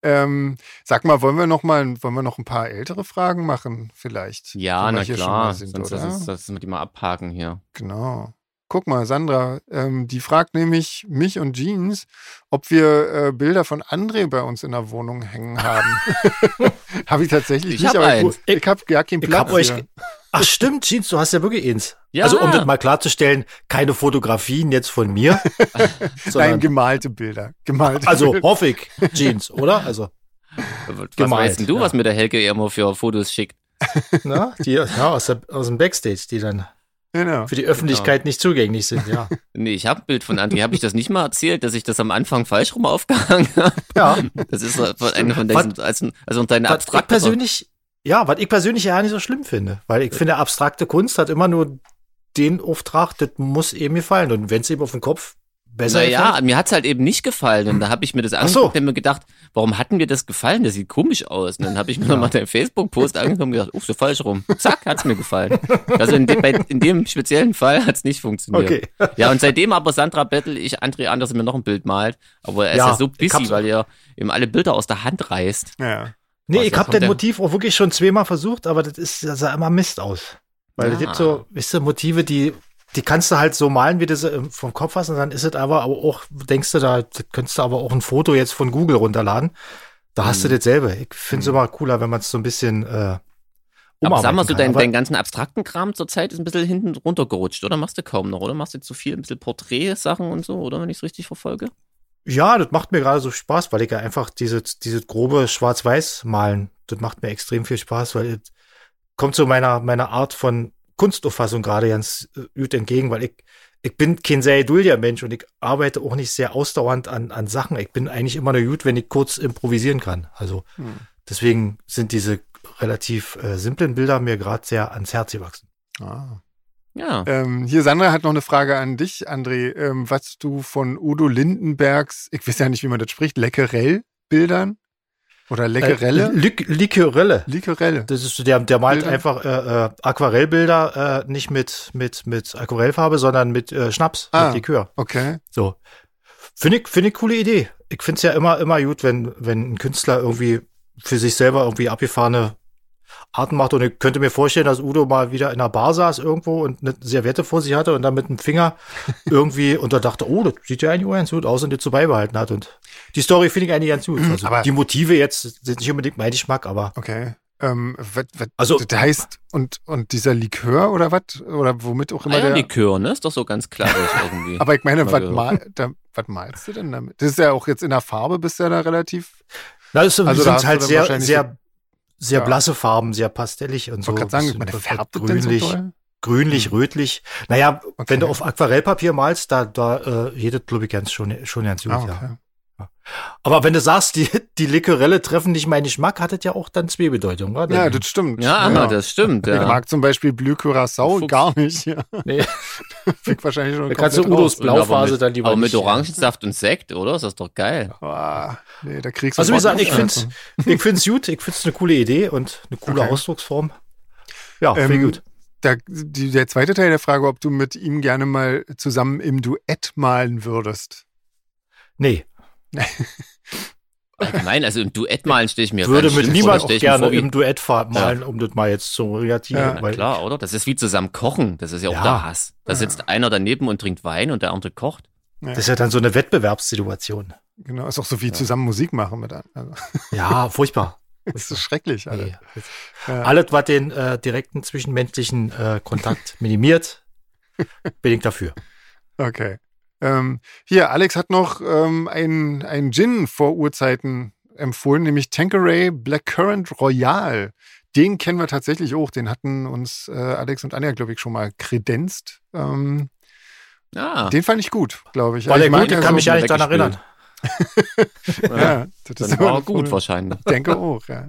B: Ähm, sag mal, wollen wir noch mal, wollen wir noch ein paar ältere Fragen machen, vielleicht?
C: Ja,
B: Wenn wir
C: na
B: hier schon
C: klar.
B: mal Sind,
C: Sonst
B: oder?
C: lassen wir die mal abhaken hier.
B: Genau. Guck mal, Sandra, ähm, die fragt nämlich mich und Jeans, ob wir äh, Bilder von André bei uns in der Wohnung hängen haben.
A: <laughs>
B: habe ich tatsächlich
C: Ich
B: nicht,
C: hab
B: aber
C: eins.
B: ich, ich habe gar keinen
A: Ich hab
B: Platz.
A: euch.
B: hier.
A: Ach stimmt, Jeans, du hast ja wirklich eins.
C: Ja.
A: Also um das mal klarzustellen, keine Fotografien jetzt von
B: <laughs>
A: mir.
B: Nein,
A: sondern,
B: gemalte Bilder. Gemalte
A: also
B: Bilder.
A: hoffe ich, Jeans, oder? Also,
C: Was
A: Gemalt,
C: weißt denn du,
A: ja.
C: was mir der Helge immer für Fotos schickt?
A: ne? Die ja, aus, der, aus dem Backstage, die dann
B: Genau.
A: für die Öffentlichkeit nicht zugänglich sind, ja.
C: Nee, ich habe ein Bild von André. Habe ich das nicht mal erzählt, dass ich das am Anfang falsch rum aufgehangen <laughs> habe?
A: Ja.
C: Das ist so von einer von diesen, also, also deine
A: Was ich
C: abstrakte.
A: persönlich, ja, was ich persönlich ja nicht so schlimm finde, weil
B: Äh.
A: ich finde, abstrakte Kunst hat immer nur den Auftrag, das muss eben gefallen. Und wenn es eben auf den Kopf besser
B: also,
C: Naja, mir hat's halt eben nicht gefallen. Und da habe ich mir das
A: so.
C: angeguckt und mir gedacht, warum hat mir das gefallen? Das sieht komisch aus. Und dann habe ich mir nochmal deinen Facebook-Post angeguckt und gedacht, uff, so falsch rum. Zack, hat's mir gefallen. Also in, dem- bei, in dem speziellen Fall hat's nicht funktioniert.
A: Okay.
C: Ja, und seitdem aber Sandra Bettel, ich, André Anders mir noch ein Bild malt. Aber er ist
A: Ja,
C: ja so
A: ich hab's-
C: busy, weil er eben alle Bilder aus der Hand reißt.
B: Ja.
A: Nee,
C: Was
A: ich
C: ist
A: habe
C: das
A: das
C: denn?
A: Motiv auch wirklich schon zweimal versucht, aber das, ist, das sah immer Mist aus. Weil es
C: Ah.
A: gibt so, weißt du, Motive, die, die kannst du halt so malen, wie du sie im- vom Kopf hast, und dann ist es aber auch, denkst du da, das könntest du aber auch ein Foto jetzt von Google runterladen. Da hast
C: Mhm.
A: du dasselbe. Ich finde es immer cooler, wenn man es so ein bisschen äh,
C: Aber sag mal
A: umarbeiten
C: so,
A: kann.
C: dein,
A: Aber-
C: deinen ganzen abstrakten Kram zurzeit ist ein bisschen hinten runtergerutscht, oder? Machst du kaum noch, oder? Machst du zu viel, ein bisschen Porträtsachen und so, oder? Wenn ich es richtig verfolge?
A: Ja, das macht mir gerade so Spaß, weil ich ja einfach dieses, dieses grobe Schwarz-Weiß malen, das macht mir extrem viel Spaß, weil es kommt so meiner, meiner Art von Kunstauffassung gerade ganz äh, gut entgegen, weil ich, ich bin kein sehr geduldiger Mensch und ich arbeite auch nicht sehr ausdauernd an, an Sachen. Ich bin eigentlich immer nur gut, wenn ich kurz improvisieren kann. Also
B: Hm.
A: deswegen sind diese relativ äh, simplen Bilder mir gerade sehr ans Herz gewachsen.
B: Ah.
C: Ja.
B: Ähm, hier, Sandra hat noch eine Frage an dich, André. Ähm, was du von Udo Lindenbergs, ich weiß ja nicht, wie man das spricht, Leckerell-Bildern? Oder
A: Äh,
B: Leckerelle?
A: Lik Likorelle.
B: Leckerelle.
A: Das ist so, der, der malt
B: Bilder?
A: einfach äh, äh, Aquarellbilder äh, nicht mit, mit, mit Aquarellfarbe, sondern mit äh, Schnaps,
B: Ah.
A: mit Likör.
B: Okay.
A: So. Finde ich, finde ich coole Idee. Ich finde es ja immer, immer gut, wenn, wenn ein Künstler irgendwie für sich selber irgendwie abgefahrene Arten macht. Und ich könnte mir vorstellen, dass Udo mal wieder in einer Bar saß irgendwo und eine Serviette vor sich hatte und dann mit dem
B: <laughs>
A: Finger irgendwie und da dachte, oh, das sieht ja eigentlich ganz gut aus und die so beibehalten hat. Und die Story finde ich eigentlich ganz gut. Also
B: Mhm, Aber-
A: die Motive jetzt sind nicht unbedingt mein Geschmack, aber
B: Okay. Ähm, was, was,
A: also
B: das heißt, und, und dieser Likör oder was? Oder womit auch immer
A: Ah
B: der.
C: Eierlikör, ne? Ist doch so ganz klassisch irgendwie.
B: Aber ich meine,
C: Mal
B: was
C: gehört.
B: mal, da- was malst du denn damit? Das ist ja auch jetzt in der Farbe, bist du ja da relativ.
A: Na, das sind
B: Also
A: also
B: da hast du
A: halt
B: dann
A: sehr,
B: wahrscheinlich
A: sehr, sehr
B: ja.
A: blasse Farben, sehr pastellig und
B: Ich
A: so.
B: wollte gerade sagen, ich
A: Bisschen
B: meine, färbt das denn so
A: grünlich,
B: doll?
A: grünlich, rötlich. Naja,
B: Okay.
A: wenn du auf Aquarellpapier malst, da, da äh, jedes glaube ich ganz schon, schon ganz gut,
B: Ah,
A: ja.
B: okay.
A: Aber wenn du sagst, die, <laughs> die Likorelle treffen nicht meinen Geschmack, hat das ja auch dann zwei Bedeutungen, oder?
B: Ja, das stimmt.
C: ja, das stimmt.
B: Ich
C: Ja.
B: mag zum Beispiel Blue Curacao
C: Fuchs.
B: gar nicht. Ja.
A: Nee.
B: <laughs> Fick wahrscheinlich schon
A: Da kannst du
B: komplett
A: Udos
B: raus.
A: Blauphase
C: mit,
A: dann lieber
C: Aber mit
A: nicht.
C: Orangensaft und Sekt, oder? Ist das doch geil.
B: Ah, nee, da kriegst du
A: Also wie gesagt, ich
B: Bock.
A: find's, <laughs> ich find's gut, ich find's eine coole Idee und eine coole
B: Also. Okay.
A: Ausdrucksform. Ja,
B: Ähm,
A: finde ich gut.
B: Da, die, der zweite Teil der Frage, ob du mit ihm gerne mal zusammen im Duett malen würdest.
A: Nee,
C: Allgemein, also im Duett malen stehe ich mir
A: würde
C: ganz
A: mit
C: schlimm
A: niemand auch
C: vor. Da stell ich mir
A: gerne
C: vor, wie-
A: im Duett fahr- malen, um das mal jetzt zu relativieren.
B: Ja,
C: Na
A: weil
C: klar, oder? Das ist wie zusammen kochen. Das ist ja auch
A: Ja.
C: der Hass. Da sitzt einer daneben und trinkt Wein und der andere kocht.
A: Das ist ja dann so eine Wettbewerbssituation.
B: Genau, ist auch so wie zusammen Musik machen mit anderen. Also, <laughs>
A: Ja, furchtbar.
B: das ist schrecklich, Alter.
A: Nee. Alles, was den äh, direkten zwischenmenschlichen äh,
B: <laughs>
A: Kontakt minimiert, bin ich dafür.
B: Okay. Ähm, hier, Alex hat noch ähm, einen, einen Gin vor Urzeiten empfohlen, nämlich Tanqueray Blackcurrant Royal. Den kennen wir tatsächlich auch. Den hatten uns äh, Alex und Anja, glaube ich, schon mal kredenzt. Ähm,
C: Ja.
B: Den fand ich gut, glaube ich.
A: Ah. War
B: Also
A: der
B: ich mag
A: gut, ich
B: ja
A: kann
B: so-
A: mich ja nicht daran
C: weggespielt.
A: erinnern. <laughs>
B: Ja, das ist
C: Dann war
B: immer
C: er gut wahrscheinlich.
B: Ich denke auch, ja.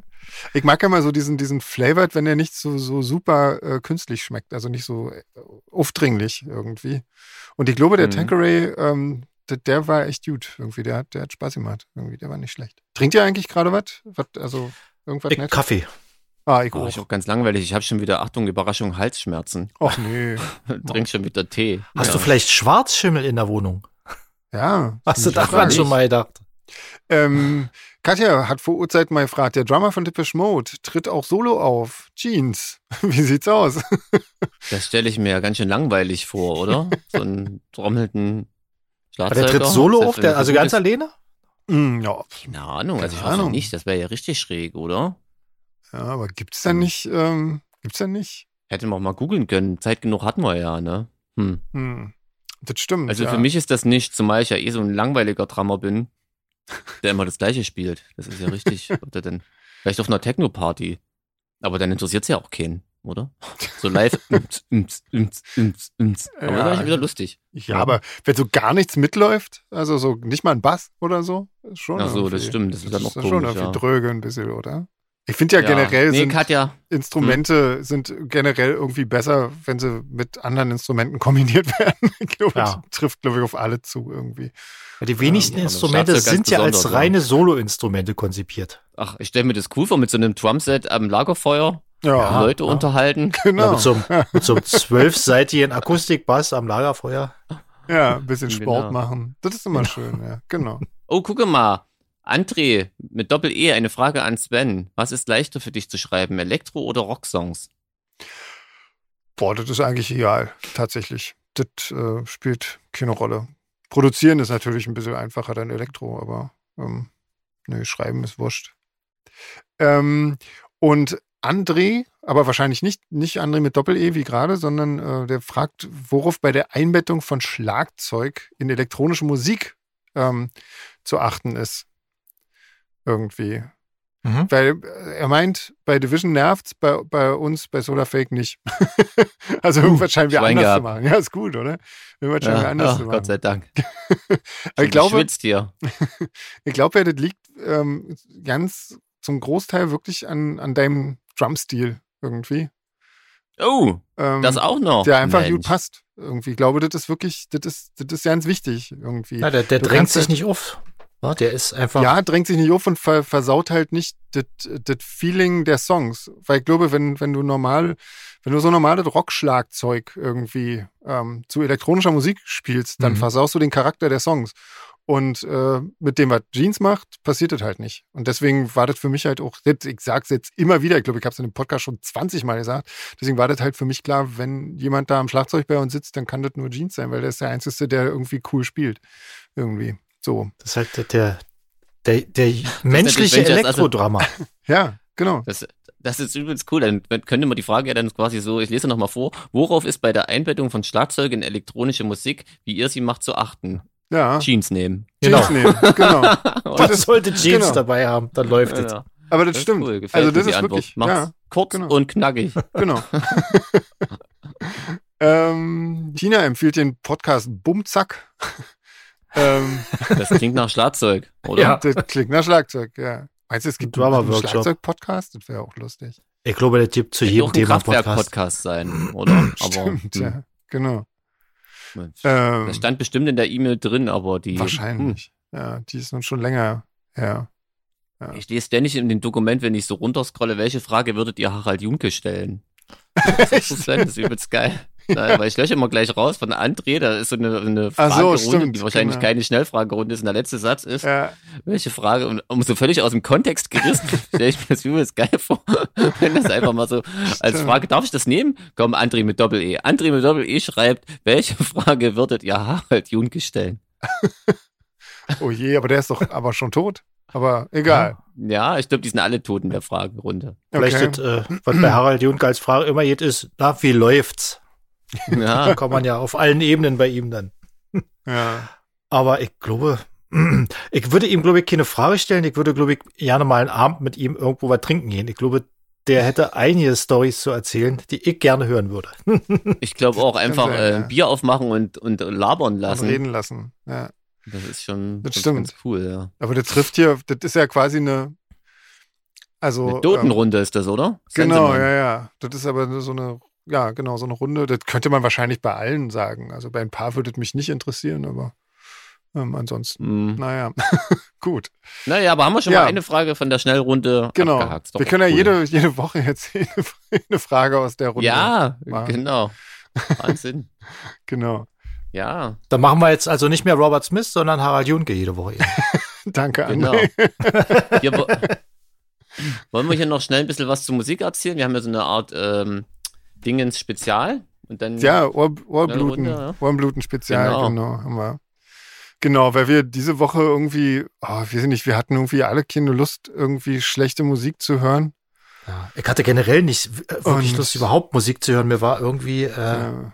B: Ich mag ja mal so diesen, diesen Flavored, wenn der nicht so, so super äh, künstlich schmeckt, also nicht so äh, aufdringlich irgendwie. Und ich glaube, der
C: Mhm.
B: Tanqueray, ähm, der, der war echt gut irgendwie. Der, hat- der hat Spaß gemacht. Irgendwie, der war nicht schlecht. Trinkt ihr eigentlich gerade was? Was, Also irgendwas
A: Ich,
B: nett?
A: Kaffee.
B: Ah, ich
C: Oh, ich
B: auch.
C: auch ganz langweilig. Ich habe schon wieder, Achtung, Überraschung, Halsschmerzen. <laughs>
B: Ach nee.
C: Trink schon wieder Tee.
A: Oh. Hast
C: ja.
A: du vielleicht Schwarzschimmel in der Wohnung?
B: Ja.
A: Hast du
B: ziemlich
A: daran
B: wahrscheinlich.
A: schon mal gedacht?
B: Ähm, Katja hat vor Uhrzeit mal gefragt, der Drummer von Depeche Mode tritt auch solo auf. Jeans. <laughs> Wie sieht's aus?
C: Das stelle ich mir ja ganz schön langweilig vor,
A: <laughs>
C: oder? So einen trommelnden
A: Aber
C: Schlagzeuger.
A: der tritt solo
C: Das
A: auf,
C: wäre
A: der, also
C: gut.
A: ganz alleine?
B: Hm, ja.
C: Keine Ahnung, also ich
B: Keine
C: hoffe
B: Ahnung.
C: nicht. Das wäre ja richtig schräg, oder?
B: ja, aber gibt's
C: Hm.
B: da nicht, ähm, gibt's da nicht?
C: Hätte man auch mal googeln können. Zeit genug hatten wir ja, ne? Hm.
B: Hm. Das stimmt.
C: Also
B: ja.
C: für mich ist das nicht, zumal ich ja eh so ein langweiliger Drummer bin, der immer das Gleiche spielt. Das ist
B: <laughs>
C: ja richtig. Oder denn vielleicht auf einer Techno-Party. Aber dann interessiert es ja auch keinen, oder? So live.
B: <laughs>
C: ums, ums, ums, ums, ums. Aber
B: Ja.
C: das war schon wieder lustig.
B: Ja, aber wenn so gar nichts mitläuft, also so nicht mal ein Bass oder so, ist schon.
C: Ach so,
B: irgendwie-
C: das stimmt, das ist dann auch
B: schon
C: komisch,
B: irgendwie
C: ja.
B: dröge ein bisschen, oder? Ich finde ja, generell
C: Nee,
B: sind
C: Katja. Hm.
B: Instrumente sind generell irgendwie besser, wenn sie mit anderen Instrumenten kombiniert <laughs> werden. Ich glaube,
A: Ja.
B: das trifft, glaube ich, auf alle zu irgendwie.
A: Ja, die wenigsten
C: Ja,
A: Instrumente
C: Schlagzeug ganz
A: sind ja als
C: besonders, ja.
A: reine Solo-Instrumente konzipiert.
C: Ach, ich stelle mir das cool vor, mit so einem Drumset am Lagerfeuer
A: Ja,
C: Leute
A: ja.
C: unterhalten.
A: Ja,
B: genau.
A: mit so
B: <laughs>
A: einem, mit so einem zwölfseitigen Akustikbass am Lagerfeuer.
B: Ja, ein bisschen Sport
C: <laughs> Genau.
B: machen. Das ist immer schön, ja. Genau.
C: Oh, gucke mal. André, mit Doppel-E, eine Frage an Sven. Was ist leichter für dich zu schreiben, Elektro- oder Rocksongs?
B: Boah, das ist eigentlich egal, tatsächlich. Das äh, spielt keine Rolle. Produzieren ist natürlich ein bisschen einfacher dann Elektro, aber ähm, nee, schreiben ist wurscht. Ähm, und André, aber wahrscheinlich nicht, nicht André mit Doppel-E wie gerade, sondern äh, der fragt, worauf bei der Einbettung von Schlagzeug in elektronische Musik ähm, zu achten ist. Irgendwie.
A: Mhm.
B: Weil äh, er meint, bei Division nervt's, bei, bei uns, bei Solarfake nicht. <laughs> also irgendwas scheinen wir
C: Schwein
B: anders zu
C: gehabt.
B: machen. Ja, ist gut, oder? Irgendwas scheinen wir anders
C: ach,
B: zu
C: Gott
B: machen.
C: sei Dank.
B: <laughs> Aber ich glaube,
C: schwitzt hier.
B: ich glaube, ja, das liegt ähm, ganz zum Großteil wirklich an, an deinem Drumstil irgendwie.
C: Oh,
B: Ähm,
C: das auch noch.
B: Der einfach
C: Mensch.
B: gut passt irgendwie. Ich glaube, das ist wirklich, das ist, das ist ganz wichtig irgendwie.
A: Ja, der der
B: Du
A: drängt
B: kannst
A: sich
B: halt-
A: nicht auf. Ja, der ist einfach.
B: Ja, drängt sich nicht auf und ver versaut halt nicht das das Feeling der Songs. Weil ich glaube, wenn, wenn du normal, wenn du so normales Rockschlagzeug irgendwie ähm, zu elektronischer Musik spielst, dann
A: Mhm.
B: versaust du den Charakter der Songs. Und äh, mit dem, was Jeans macht, passiert das halt nicht. Und deswegen war das für mich halt auch, das- ich sag's jetzt immer wieder, ich glaube, ich habe es in dem Podcast schon 20 Mal gesagt, deswegen war das halt für mich klar, wenn jemand da am Schlagzeug bei uns sitzt, dann kann das nur Jeans sein, weil der ist der Einzige, der irgendwie cool spielt. Irgendwie. So.
A: Das ist halt der, der,
C: <laughs>
A: der, der menschliche
C: Adventures, also- <laughs>
A: Elektrodrama.
B: Ja, genau.
C: Das, das ist übelst cool. Dann könnte man die Frage ja dann quasi so, ich lese nochmal vor, worauf ist bei der Einbettung von Schlagzeug in elektronische Musik, wie ihr sie macht, zu achten?
B: Ja.
C: Jeans nehmen.
A: Genau.
B: Jeans nehmen, genau.
A: Man
B: Das ist-
A: sollte Jeans
B: genau.
A: dabei haben, dann läuft es.
C: Ja,
B: Aber das,
C: das
B: stimmt.
C: Ist cool. Gefällt
B: also
C: mir
B: das
C: die
B: ist
C: Antwort.
B: wirklich,
C: Macht's
B: ja,
C: kurz
B: genau.
C: und knackig.
B: genau.
C: <laughs>
B: ähm, Tina empfiehlt den Podcast
C: <laughs>
B: Bumzack. ähm,
C: Das klingt
B: <laughs>
C: nach Schlagzeug, oder?
A: Ja.
B: Das klingt nach Schlagzeug, ja. Meinst du, es gibt
A: Drummer
B: einen
A: Workshop.
B: Schlagzeug-Podcast? Das wäre auch lustig.
A: Ich glaube, der gibt zu
C: Könnte
A: jedem
C: auch ein
A: Thema einen Podcast.
C: Kraftwerk-Podcast sein,
B: <clears throat>
C: oder?
B: Stimmt,
C: hm,
B: ja. Genau.
C: Mensch.
B: Ähm,
C: Das stand bestimmt in der E-Mail drin, aber die.
B: wahrscheinlich. Ja, die ist nun schon länger her.
C: Hm. Ich lese ständig in dem Dokument, wenn ich so runterscrolle, welche Frage würdet ihr Harald
B: <laughs>
C: Junke stellen? Das ist, das ist übelst geil. Na, Weil ich lösche immer gleich raus von André, da ist so eine, eine
B: Ach so,
C: Fragerunde,
B: stimmt,
C: die wahrscheinlich
B: genau.
C: keine Schnellfragerunde ist. Und der letzte Satz ist,
B: Ja,
C: welche Frage, und um so völlig aus dem
B: <laughs>
C: Kontext gerissen, stelle ich mir das übelst geil vor, wenn das einfach mal so als
B: Stimmt.
C: Frage, darf ich das nehmen? Komm, André mit Doppel-E. André mit Doppel-E schreibt, welche Frage würdet ihr Harald Junke stellen?
B: oh je, aber der ist doch aber schon tot. Aber egal.
C: Ja, ich glaube, die sind alle tot in der Fragenrunde.
A: Vielleicht,
B: Okay.
A: das, äh, was bei Harald Junke als Frage immer geht, ist, na, wie läuft's?
B: <laughs>
C: Ja,
A: Da kann man ja auf allen Ebenen bei ihm dann.
B: Ja.
A: Aber ich glaube, <clears throat> ich würde ihm, glaube ich, keine Frage stellen. Ich würde, glaube ich, gerne mal einen Abend mit ihm irgendwo was trinken gehen. Ich glaube, der hätte einige Stories zu erzählen, die ich gerne hören würde.
C: ich glaube auch einfach
B: sein,
C: äh,
B: ja.
C: ein Bier aufmachen und, und labern
B: Und
C: lassen.
B: reden lassen. Ja.
C: Das ist schon
B: Das
C: das ist
B: stimmt.
C: ganz cool, ja.
B: Aber das trifft hier, das ist ja quasi eine, also.
C: Eine Dotenrunde ist das, oder?
B: ähm, genau,
C: Sensemann.
B: ja, ja. Das ist aber nur so eine, ja, genau, so eine Runde. Das könnte man wahrscheinlich bei allen sagen. Also bei ein paar würde es mich nicht interessieren, aber ähm, ansonsten,
C: Hm.
B: naja, <laughs> gut.
C: Naja, aber haben wir schon
B: Ja.
C: mal eine Frage von der Schnellrunde
B: Genau.
C: abgehakt. Ist doch
B: Wir können
C: auch
B: ja
C: cool.
B: jede, jede Woche jetzt <laughs> jede, jede Frage aus der Runde.
C: Ja,
B: machen. <laughs>
C: genau. Wahnsinn.
B: Genau.
C: Ja,
A: Da machen wir jetzt also nicht mehr Robert Smith, sondern Harald Junke jede Woche.
B: Danke,
C: Genau.
B: André.
C: <laughs> Wir,
B: <laughs>
C: wo- wollen wir hier noch schnell ein bisschen was zur Musik erzählen? Wir haben ja so eine Art ähm, Dingens Spezial und dann
B: Ja, Ohr, Ohrbluten,
C: Ja, runter,
B: Ohrenbluten-Spezial,
C: Genau.
B: genau. haben wir. Genau, weil wir diese Woche irgendwie, oh, weiß ich nicht, wir hatten irgendwie alle keine Lust, irgendwie schlechte Musik zu hören.
A: Ja. Ich hatte generell nicht äh, wirklich
B: Und-
A: Lust, überhaupt Musik zu hören. Mir war irgendwie äh,
B: Ja.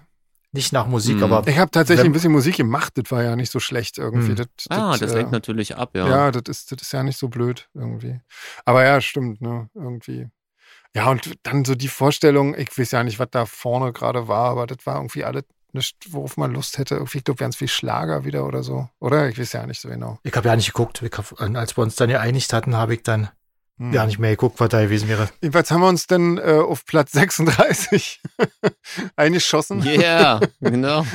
A: nicht nach Musik,
C: Mhm.
A: aber
B: Äh, Ich habe tatsächlich
A: Wenn-
B: ein bisschen Musik gemacht, das war ja nicht so schlecht irgendwie.
A: Hm.
B: Das,
C: Ah, das
B: äh,
C: lenkt natürlich ab, ja.
B: Ja, das, ist, das ist ja nicht so blöd irgendwie. Aber ja, stimmt, ne? Irgendwie. Ja, und dann so die Vorstellung, ich weiß ja nicht, was da vorne gerade war, aber das war irgendwie alles nicht, worauf man Lust hätte. Irgendwie, ich glaube, ganz viel Schlager wieder oder so. Oder? Ich weiß ja nicht so genau.
A: ich habe ja nicht geguckt. Ich hab, äh, als wir uns dann geeinigt hatten, habe ich dann
B: Hm.
A: ja nicht mehr geguckt, was da gewesen wäre.
B: Jedenfalls haben wir uns dann äh, auf Platz 36 <laughs> eingeschossen.
C: Yeah, genau.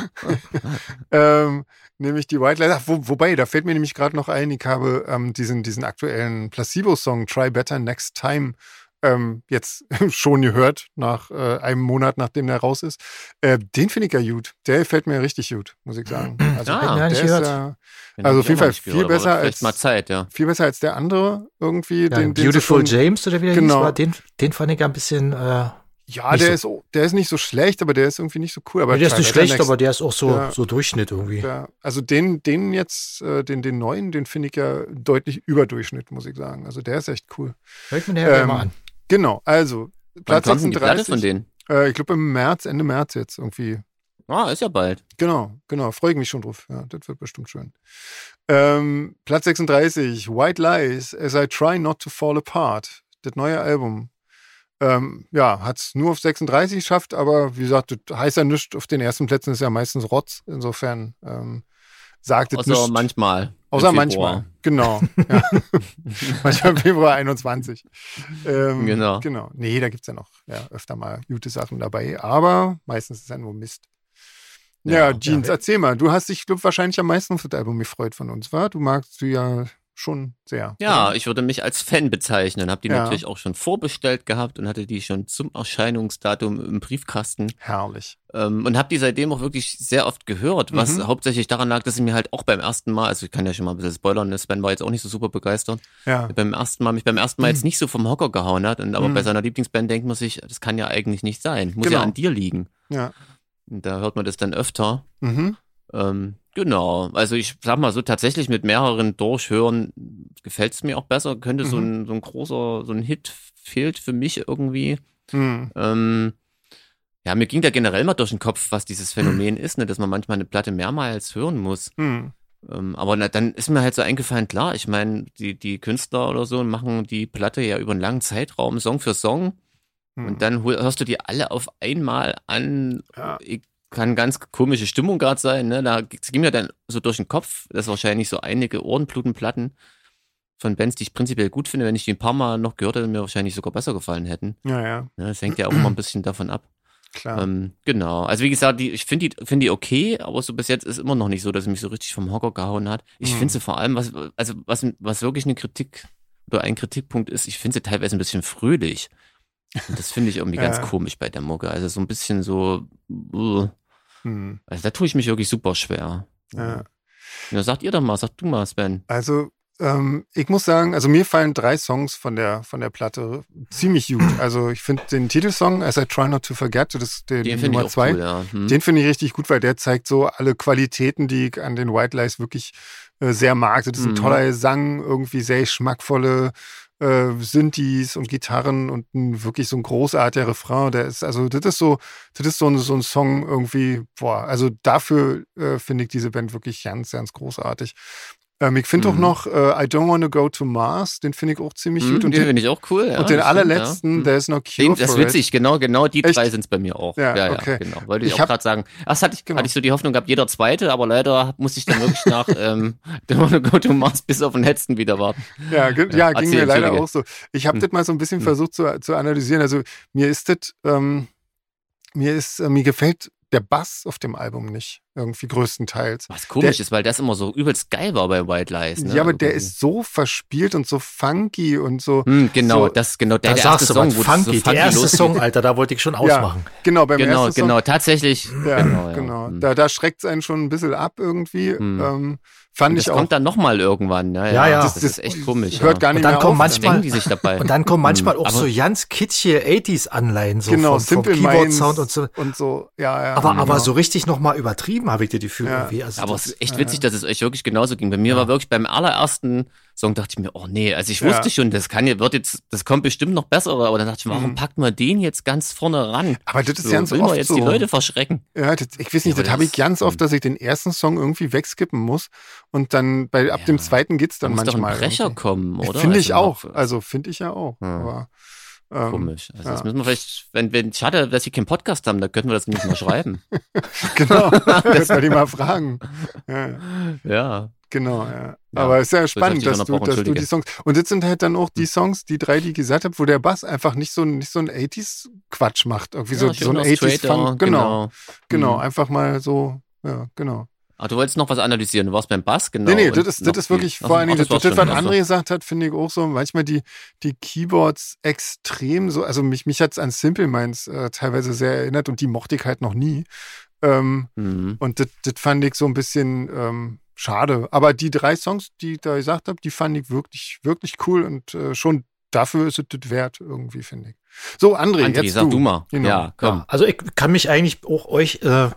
B: Ähm, nämlich die White Lies. Ach, wo, wobei, da fällt mir nämlich gerade noch ein, ich habe ähm, diesen, diesen aktuellen Placebo-Song Try Better Next Time ähm, jetzt <laughs> schon gehört, nach äh, einem Monat, nachdem der raus ist. Äh, den finde ich ja gut. Der fällt mir richtig gut, muss ich
A: <clears throat>
B: sagen. Also,
C: Ah,
B: der
A: hab ich
B: ist
A: gehört.
B: ja
C: Den
B: Also
C: hab
B: auf
C: ich
B: jeden
C: auch noch
B: Fall
C: nicht
B: viel
C: aber wird
B: besser als-
C: Vielleicht mal Zeit, ja.
B: viel besser als der andere irgendwie.
A: Ja,
B: den, den sie
A: Beautiful
B: schon-
A: James oder wie der hieß,
B: Genau.
A: war, den, den fand ich ja ein bisschen. Äh,
B: Ja,
A: Nicht
B: der,
A: so-
B: ist, oh, der ist nicht so schlecht, aber der ist irgendwie nicht so cool. Aber
A: nee, der ist
B: Try
A: nicht
B: Better
A: schlecht,
B: Next
A: aber der ist auch so,
B: Ja.
A: so Durchschnitt irgendwie.
B: Ja, also den, den jetzt, äh, den, den neuen, den finde ich ja deutlich überdurchschnitt, muss ich sagen. Also der ist echt cool.
A: Hört mir nachher
B: Ähm,
A: mal an.
B: Genau, also
C: Wann
B: Platz
C: kommt denn die Platte
B: 36.
C: von denen?
B: Äh, ich glaube im März, Ende März jetzt irgendwie.
C: Ah, ist ja bald.
B: Genau, genau, freue ich mich schon drauf. Ja, das wird bestimmt schön. Ähm, Platz 36, White Lies, As I Try Not to Fall Apart. Das neue Album. Ähm, ja, hat es nur auf 36 geschafft, aber wie gesagt, das heißt ja nichts. Auf den ersten Plätzen ist ja meistens Rotz. Insofern ähm, sagt es
C: Außer
B: nichts.
C: manchmal. im
B: Außer
C: Februar.
B: manchmal. Genau.
C: <laughs>
B: Ja. manchmal im Februar 21. Ähm,
C: Genau.
B: genau. Nee, da gibt es ja noch ja, öfter mal gute Sachen dabei, aber meistens ist ja nur Mist. Ja,
C: Ja.
B: Jeans,
A: Ja.
B: erzähl mal. Du hast dich, glaube wahrscheinlich am meisten auf das Album gefreut von uns, war? Du magst du ja schon sehr.
C: Ja,
B: oder?
C: ich würde mich als Fan bezeichnen. Hab die
B: Ja.
C: natürlich auch schon vorbestellt gehabt und hatte die schon zum Erscheinungsdatum im Briefkasten.
B: Herrlich.
C: Ähm, und habe die seitdem auch wirklich sehr oft gehört, was
B: Mhm.
C: hauptsächlich daran lag, dass sie mir halt auch beim ersten Mal, also ich kann ja schon mal ein bisschen spoilern, ne, Sven war jetzt auch nicht so super begeistert,
B: Ja.
C: beim ersten Mal mich beim ersten Mal jetzt nicht so vom Hocker gehauen hat, und, aber
B: Mhm.
C: bei seiner Lieblingsband denkt man sich, das kann ja eigentlich nicht sein, muss
B: Genau.
C: ja an dir liegen.
B: Ja.
C: Und da hört man das dann öfter.
B: Mhm.
C: Ähm, genau, also ich sag mal so, tatsächlich mit mehreren Durchhören gefällt es mir auch besser, könnte so,
B: Mhm.
C: ein, so ein großer, so ein Hit fehlt für mich irgendwie.
B: Mhm.
C: Ähm, ja, mir ging da generell mal durch den Kopf, was dieses Phänomen ist, ne, dass man manchmal eine Platte mehrmals hören muss.
B: Mhm.
C: Ähm, aber na, dann ist mir halt so eingefallen, klar, ich meine, die, die Künstler oder so machen die Platte ja über einen langen Zeitraum, Song für Song. Und dann hol- hörst du die alle auf einmal an.
B: Hm. Ja.
C: Ich- Kann ganz komische Stimmung gerade sein, ne? Da g- ging mir dann so durch den Kopf, dass wahrscheinlich so einige Ohrenblutenplatten von Bands, die ich prinzipiell gut finde, wenn ich die ein paar Mal noch gehört hätte, mir wahrscheinlich sogar besser gefallen hätten.
B: Ja, ja,
C: Ne? Das hängt ja auch immer ein bisschen davon ab.
B: klar.
C: Ähm, genau. Also wie gesagt, die, ich finde die, find die okay, aber so bis jetzt ist immer noch nicht so, dass sie mich so richtig vom Hocker gehauen hat. Ich
B: Hm.
C: finde sie vor allem, was, also was, was wirklich eine Kritik oder ein Kritikpunkt ist, ich finde sie teilweise ein bisschen fröhlich. Und das finde
B: <laughs>
C: ich irgendwie
B: Ja.
C: ganz komisch bei der Mucke. Also so ein bisschen so, uh,
B: Mhm.
C: also da tue ich mich wirklich super schwer.
B: Ja.
C: Ja, sagt ihr doch mal, sagt du mal, Sven.
B: Also, ähm, ich muss sagen, also mir fallen drei Songs von der, von der Platte ziemlich
C: <clears throat>
B: gut. Also, ich finde den Titelsong, As I Try Not to Forget, das ist der
C: Den
B: die
C: finde ich
B: Nummer
C: auch
B: zwei.
C: cool, ja. Hm.
B: Den finde ich richtig gut, weil der zeigt so alle Qualitäten, die ich an den White Lies wirklich äh, sehr mag. Das ist ein
C: Mhm.
B: toller Gesang, irgendwie sehr schmackvolle äh, Synthes und Gitarren und ein, wirklich so ein großartiger Refrain. Der ist, also, das ist so, das ist so ein, so ein Song irgendwie, boah, also dafür äh, finde ich diese Band wirklich ganz, ganz großartig. Ähm, ich finde auch
C: Mhm.
B: noch äh, I Don't Wanna Go to Mars, den finde ich auch ziemlich
C: Hm,
B: gut. Und
C: den
B: den,
C: finde ich auch cool. Ja,
B: und den
C: das stimmt, ja.
B: allerletzten,
C: Hm.
B: der ist noch Cure
C: Den, das ist
B: for It.
C: witzig, genau, genau die
B: Echt?
C: drei sind es bei mir auch.
B: Ja,
C: Ja, ja,
B: okay.
C: genau. Wollte ich,
B: Ich
C: auch
B: hab-
C: gerade sagen. Das hatte ich,
B: Genau.
C: hatte ich so die Hoffnung gehabt, jeder zweite, aber leider musste ich dann wirklich
B: <laughs>
C: nach ähm, <laughs> Don't Go to Mars bis auf den letzten wieder warten. <laughs>
B: Ja, ge- ja,
C: Ja,
B: ging
C: erzähl,
B: mir leider
C: Entschuldige.
B: auch so. Ich habe
C: Hm.
B: das mal so ein bisschen
C: Hm.
B: versucht zu, zu analysieren. Also mir ist das, ähm, mir ist, äh, mir gefällt der Bass auf dem Album nicht. Äh, Irgendwie größtenteils.
C: Was komisch ist, weil das immer so übelst geil war bei White Lies. Ne?
B: Ja, aber der
C: Irgendwie.
B: ist so verspielt und so funky und so.
C: Hm, genau,
B: so-
C: das genau der,
A: Da
C: der erste
A: sagst du
C: Song,
A: was,
C: wo
A: funky,
C: das so
A: der
C: funky
A: erste
C: losgeht.
A: Song, Alter, da wollte ich schon ausmachen.
B: Genau, beim
C: Genau,
B: ersten Song-
C: genau, tatsächlich.
B: Ja,
C: genau, ja.
B: genau.
C: Hm.
B: Da, da schreckt es einen schon ein bisschen ab irgendwie.
C: Hm.
B: Ähm, fand
C: das
B: ich auch.
C: kommt dann nochmal irgendwann. ne? Ja, ja,
A: Ja, ja.
C: Das,
A: Das-
C: ist echt komisch.
B: Hört
C: ja.
B: gar nicht
A: Und dann
B: mehr
A: kommen
B: auf.
C: Was
A: manchmal-
C: denken die sich dabei?
A: Und dann kommen manchmal auch
C: Aber-
A: so ganz kitschige 80s-Anleihen, so vom,
B: genau,
A: vom
B: Simple
A: Keyboard-Sound
B: Minds
A: und so.
B: Und so, ja, ja.
A: Aber,
B: genau.
A: aber so richtig nochmal übertrieben habe ich dir die Gefühl
B: Ja.
A: irgendwie. Also
C: Aber es
A: das-
C: ist echt witzig, dass es euch wirklich genauso ging. Bei mir war wirklich beim allerersten Song dachte ich mir, oh nee, also ich
B: Ja.
C: wusste schon, das kann ja- wird jetzt, das kommt bestimmt noch besser, aber dann dachte ich mir, warum
B: Mhm.
C: packt man den jetzt ganz vorne ran?
B: Aber das ist
C: So,
B: ganz
C: will
B: oft
C: man jetzt
B: so.
C: die Leute verschrecken.
B: Ja, das, ich weiß nicht,
C: Ja,
B: das
C: aber
B: habe
C: das-
B: ich ganz oft, dass ich den ersten Song irgendwie wegskippen muss und dann bei ab
C: Ja.
B: dem zweiten geht's
C: Da
B: dann
C: muss doch ein
B: manchmal.
C: Brecher
B: irgendwie.
C: kommen, oder?
B: Finde ich auch.
C: Also,
B: Also finde ich ja auch. Aber, ähm,
C: Komisch. Also das
B: ja.
C: müssen wir vielleicht, wenn, wenn, schade, dass wir keinen Podcast haben, da könnten wir das nicht mal schreiben.
B: <laughs>
C: <laughs>
B: Genau. das soll ich mal fragen. <laughs> Ja.
C: ja.
B: Genau, ja.
C: Ja,
B: Aber es ist ja
C: ich
B: spannend,
C: dich
B: dass du,
C: unterbrochen,
B: dass du die
C: entschuldige.
B: Songs.
C: Hm.
B: Und das sind halt dann auch die Songs, die drei, die ich gesagt habe, wo der Bass einfach nicht so, ein- nicht so ein 80s-Quatsch macht. Irgendwie so,
C: ja, schön
B: so ein
C: aus
B: 80s-Funk.
C: Trader,
B: Genau, genau.
C: Mhm.
B: Einfach mal so, ja, genau.
C: Ah, du wolltest noch was analysieren. Du warst beim Bass, genau.
B: Nee, nee,
C: und
B: das ist,
C: noch
B: das ist
C: die-
B: wirklich
C: Ach,
B: vor allen
C: ach,
B: Dingen, das, das, was
C: war's schon. also. Ach so.
B: André gesagt hat, finde ich auch so. Manchmal die, die Keyboards extrem so, also mich, mich hat's an Simple Minds äh, teilweise sehr erinnert und die mochte ich halt noch nie. Ähm,
C: Mhm.
B: Und das das fand ich so ein bisschen ähm, schade. Aber die drei Songs, die ich da gesagt habe, die fand ich wirklich, wirklich cool und äh, schon dafür ist es das wert, irgendwie, finde ich. So, André,
C: André,
B: jetzt
C: sag
B: du.
C: du, mal.
B: Genau.
C: Ja, komm.
A: Ja, also ich kann mich eigentlich auch euch äh,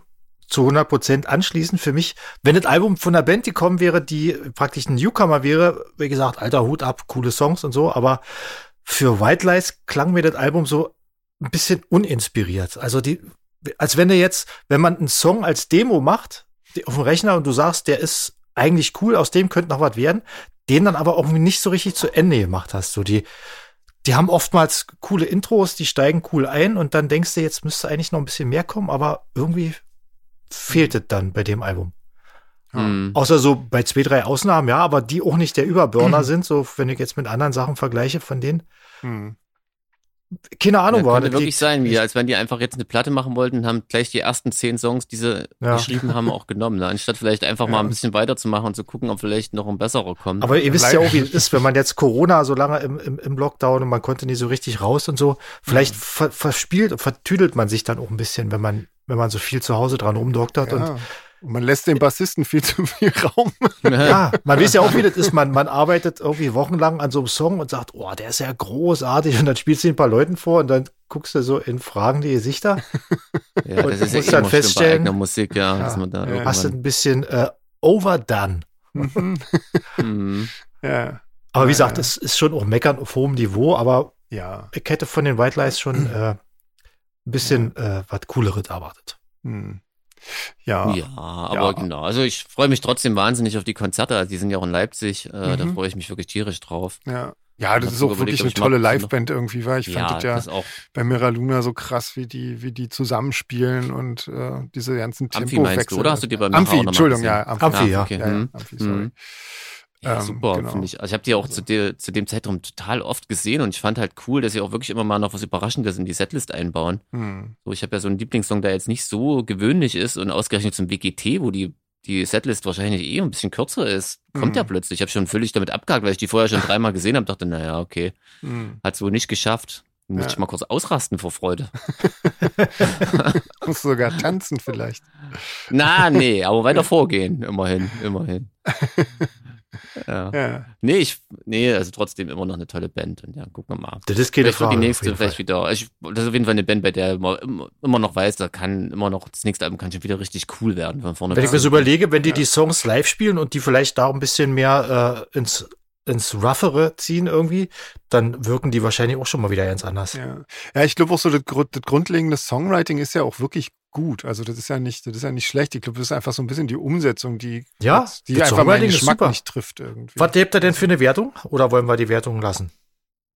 A: zu 100% anschließen. Für mich, wenn das Album von einer Band gekommen wäre, die praktisch ein Newcomer wäre, wie gesagt, alter Hut ab, coole Songs und so, aber für White Lies klang mir das Album so ein bisschen uninspiriert. Also die, als wenn du jetzt, wenn man einen Song als Demo macht, die- auf dem Rechner und du sagst, der ist eigentlich cool, aus dem könnte noch was werden, den dann aber irgendwie nicht so richtig zu Ende gemacht hast. So die, die haben oftmals coole Intros, die steigen cool ein und dann denkst du, jetzt müsste eigentlich noch ein bisschen mehr kommen, aber irgendwie fehlt es dann bei dem Album.
B: Oh,
C: Mhm.
A: Außer so bei zwei, drei Ausnahmen, ja, aber die auch nicht der Überburner
C: Mhm.
A: sind, so wenn ich jetzt mit anderen Sachen vergleiche von denen.
B: Hm.
A: Keine Ahnung,
C: Ja,
A: war
C: könnte
A: das
C: wirklich
A: liegt-
C: sein, wie, als wenn die einfach jetzt eine Platte machen wollten und haben gleich die ersten zehn Songs, die sie
A: Ja.
C: geschrieben haben, auch genommen. Ne? Anstatt vielleicht einfach mal
B: Ja.
C: ein bisschen weiterzumachen und zu gucken, ob vielleicht noch ein besserer kommt. <laughs>
A: Aber ihr wisst
B: Leid-
A: ja auch, wie es ist, wenn man jetzt Corona so lange im, im, im Lockdown und man konnte nie so richtig raus und so, vielleicht ver, verspielt, vertüdelt man sich dann auch ein bisschen, wenn man, wenn man so viel zu Hause dran rumdoktert und
B: Ja. Und man lässt dem Bassisten viel <laughs> zu viel Raum.
A: Ja, man weiß ja auch, wie das ist. Man, man arbeitet irgendwie wochenlang an so einem Song und sagt, oh, der ist ja großartig. Und dann spielst du ihn ein paar Leuten vor und dann guckst du so in fragende
C: <laughs>
A: Gesichter.
C: ja,
A: Und
C: das ist
A: du
C: ja
A: musst dann
C: eh immer schlimm bei
A: feststellen-
C: eigener Musik, ja.
B: Ja.
C: Dass man da
B: Ja.
C: irgendwann-
A: Hast du ein bisschen äh, overdone.
B: Mhm.
C: Mhm.
B: ja.
A: Aber wie
B: Ja,
A: gesagt,
B: ja.
A: es ist schon auch meckern auf hohem Niveau, aber
B: Ja.
A: ich hätte von den White Lies schon äh, ein bisschen äh, was Cooleres erwartet.
B: Hm. Ja.
C: Ja, aber genau. Also ich freue mich trotzdem wahnsinnig auf die Konzerte. Also Die sind ja auch in Leipzig. Äh, Da
B: Mhm.
C: freue ich mich wirklich tierisch drauf.
B: Ja. Ja, das
C: Ich
B: ist
C: hab
B: auch wirklich
C: überlegt, ob
B: eine
C: ich mal-
B: tolle Liveband irgendwie, weil ich fand
C: ja,
B: das ja
C: das auch.
B: bei Mira Luna so krass, wie die, wie die zusammenspielen und äh, diese ganzen
C: Amphi meinst
B: Tempowechsel.
C: du, oder? Hast du dir bei mir
B: Amphi, Entschuldigung, ja, Amphi.
A: Amphi, ja.
C: okay.
B: Ja, ja,
C: Mhm.
B: Amphi, sorry.
C: Mhm. Ja,
B: Ähm,
C: super,
B: genau.
C: finde ich. Also ich habe die auch zu, der, zu dem Zeitraum total oft gesehen und ich fand halt cool, dass sie auch wirklich immer mal noch was Überraschendes in die Setlist einbauen.
B: Hm.
C: So, ich habe ja so einen Lieblingssong, der jetzt nicht so gewöhnlich ist und ausgerechnet zum WGT, wo die, die Setlist wahrscheinlich eh ein bisschen kürzer ist, kommt
B: Mhm.
C: ja plötzlich. Ich habe schon völlig damit abgehakt, weil ich die vorher schon dreimal gesehen habe, dachte, naja, okay,
B: Hm.
C: hat's wohl nicht geschafft. Dann Musste
B: Ja.
C: ich mal kurz ausrasten vor Freude.
B: Musst sogar tanzen
C: <laughs>
B: vielleicht.
C: Na, nee,
B: <laughs>
C: aber weiter vorgehen, immerhin, immerhin. Ja.
B: Ja.
C: Nee, ich, nee, also trotzdem immer noch eine tolle Band und ja, gucken wir mal.
A: Das ist keine
C: vielleicht wird
A: Frage.
C: die
A: auf
C: nächste
A: jeden
C: vielleicht
A: Fall.
C: wieder. Ich, das ist auf jeden Fall eine Band, bei der man immer, immer noch weiß, da kann immer noch das nächste Album kann schon wieder richtig cool werden von vorne.
A: Wenn
C: bis
A: ich mir so
C: hinten.
A: überlege, wenn die die Songs live spielen und die vielleicht da ein bisschen mehr äh, ins, ins Roughere ziehen irgendwie, dann wirken die wahrscheinlich auch schon mal wieder ganz anders.
B: Ja. ja, ich glaube auch so, das, Grund- das grundlegende Songwriting ist ja auch wirklich gut. Also das ist ja nicht, das ist ja nicht schlecht. Ich glaube, das ist einfach so ein bisschen die Umsetzung, die,
A: Ja,
B: die
A: das
B: einfach meinen
A: Songwriting ist
B: Geschmack
A: super.
B: nicht trifft irgendwie.
A: Was lebt er denn für eine Wertung? Oder wollen wir die Wertung lassen?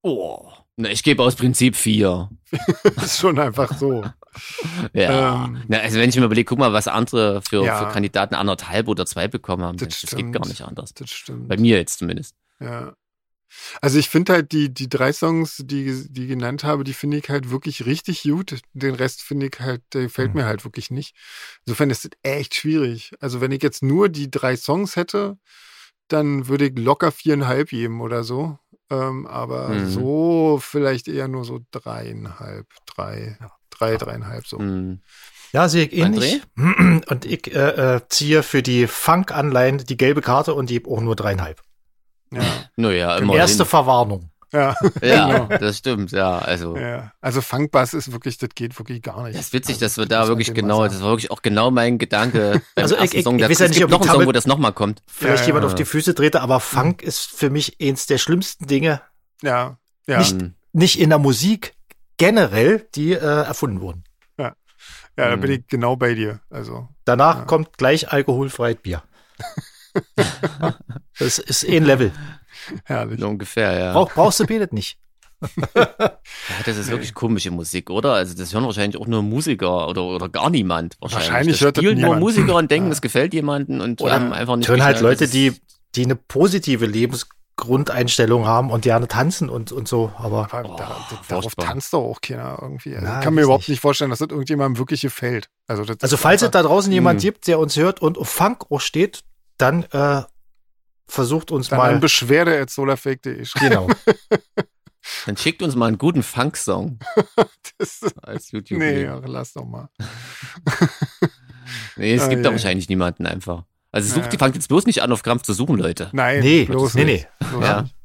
C: Oh, na, ich gebe aus Prinzip vier. <laughs>
B: Das ist schon einfach so.
C: Ja.
B: Ähm.
C: na, also wenn ich mir überlege, guck mal, was andere für,
B: Ja.
C: für Kandidaten anderthalb oder zwei bekommen haben,
B: Das
C: das, das geht
B: stimmt.
C: gar nicht anders.
B: Das stimmt.
C: Bei mir jetzt zumindest.
B: Ja. Also ich finde halt die, die drei Songs, die, die genannt habe, die finde ich halt wirklich richtig gut. Den Rest finde ich halt, der gefällt
A: Mhm.
B: mir halt wirklich nicht. Insofern ist es echt schwierig. Also wenn ich jetzt nur die drei Songs hätte, dann würde ich locker viereinhalb geben oder so. Ähm, aber
C: Mhm.
B: so vielleicht eher nur so dreieinhalb, drei, drei, dreieinhalb
A: Oh.
B: so.
C: Hm.
A: Ja, sehe ich
C: André?
A: ähnlich. <clears throat> Und ich äh, äh, ziehe für die Funk-Anleihen die gelbe Karte und die auch nur dreieinhalb.
B: Ja,
C: Naja,
B: Im
C: Äh, immerhin.
A: Erste Verwarnung.
B: ja,
C: <laughs> ja,
B: Genau.
C: das stimmt, ja. Also,
B: ja. Also Funkbass ist wirklich, das geht wirklich gar nicht.
C: das ist witzig,
B: Also,
C: dass wir
B: muss
C: da
B: man
C: wirklich
B: dem mal
C: genau,
B: sagen.
C: das war wirklich auch genau
A: <laughs>
C: mein Gedanke beim
A: Also, ich-
C: ersten
A: ich-
C: Song.
A: ich
C: Das-
A: weiß ja
C: es
A: nicht,
C: gibt
A: ob
C: noch
A: die
C: einen Song, wo
A: Tablet-
C: das nochmal kommt.
A: Vielleicht
B: Ja,
A: jemand
C: ja.
A: auf die Füße trete, aber Funk ist für mich eins der schlimmsten Dinge,
B: Ja, ja.
A: Nicht-
C: Hm.
A: nicht in der Musik generell, die äh, erfunden wurden.
B: Ja, da
C: Mhm.
B: bin ich genau bei dir. Also,
A: Danach
B: Ja.
A: kommt gleich alkoholfreies Bier. <laughs> das ist eh ein Level.
B: herrlich.
C: So ungefähr, ja.
A: Brauch, brauchst du Betet nicht.
C: ja. Das ist wirklich komische Musik, oder? Also das hören wahrscheinlich auch nur Musiker oder, oder gar niemand. Wahrscheinlich,
B: Wahrscheinlich
C: das
B: hört das
C: spielen nur
B: niemand.
C: Musiker und denken,
B: Ja.
C: es gefällt jemanden und
A: Oder
C: haben einfach nicht
A: Hören halt
C: geschnallt,
A: Leute,
C: dass
A: die,
C: es-
A: die eine positive Lebensgrundeinstellung haben und gerne tanzen und, und so, aber
B: Aber
C: Oh,
B: da, da, darauf
C: furchtbar.
B: tanzt doch auch keiner irgendwie. Also,
A: Na,
B: ich kann mir
A: weiß
B: überhaupt
A: nicht.
B: nicht vorstellen, dass das irgendjemandem wirklich gefällt. Also, das
A: Also falls es da draußen jemand
C: Mhm.
A: gibt, der uns hört und auf Funk auch steht, dann äh, versucht uns
B: dann an
A: mal.
B: Beschwerde at solarfake.de schreiben.
A: <laughs>
C: <laughs>
A: Genau.
C: Dann <laughs> schickt uns mal einen guten Funk-Song
B: Das
A: <laughs>
B: ist-
C: als youtube
B: Nee,
C: nee,
B: ja, lass doch mal.
C: nee, es
B: Ah,
C: gibt da
B: je.
C: wahrscheinlich niemanden einfach. Also sucht,
B: Ja.
C: die fangt jetzt bloß nicht an, auf Krampf zu suchen, Leute.
B: Nein,
A: Nee,
B: bloß
A: nee,
B: nicht. Bloß
C: Ja.
B: nicht.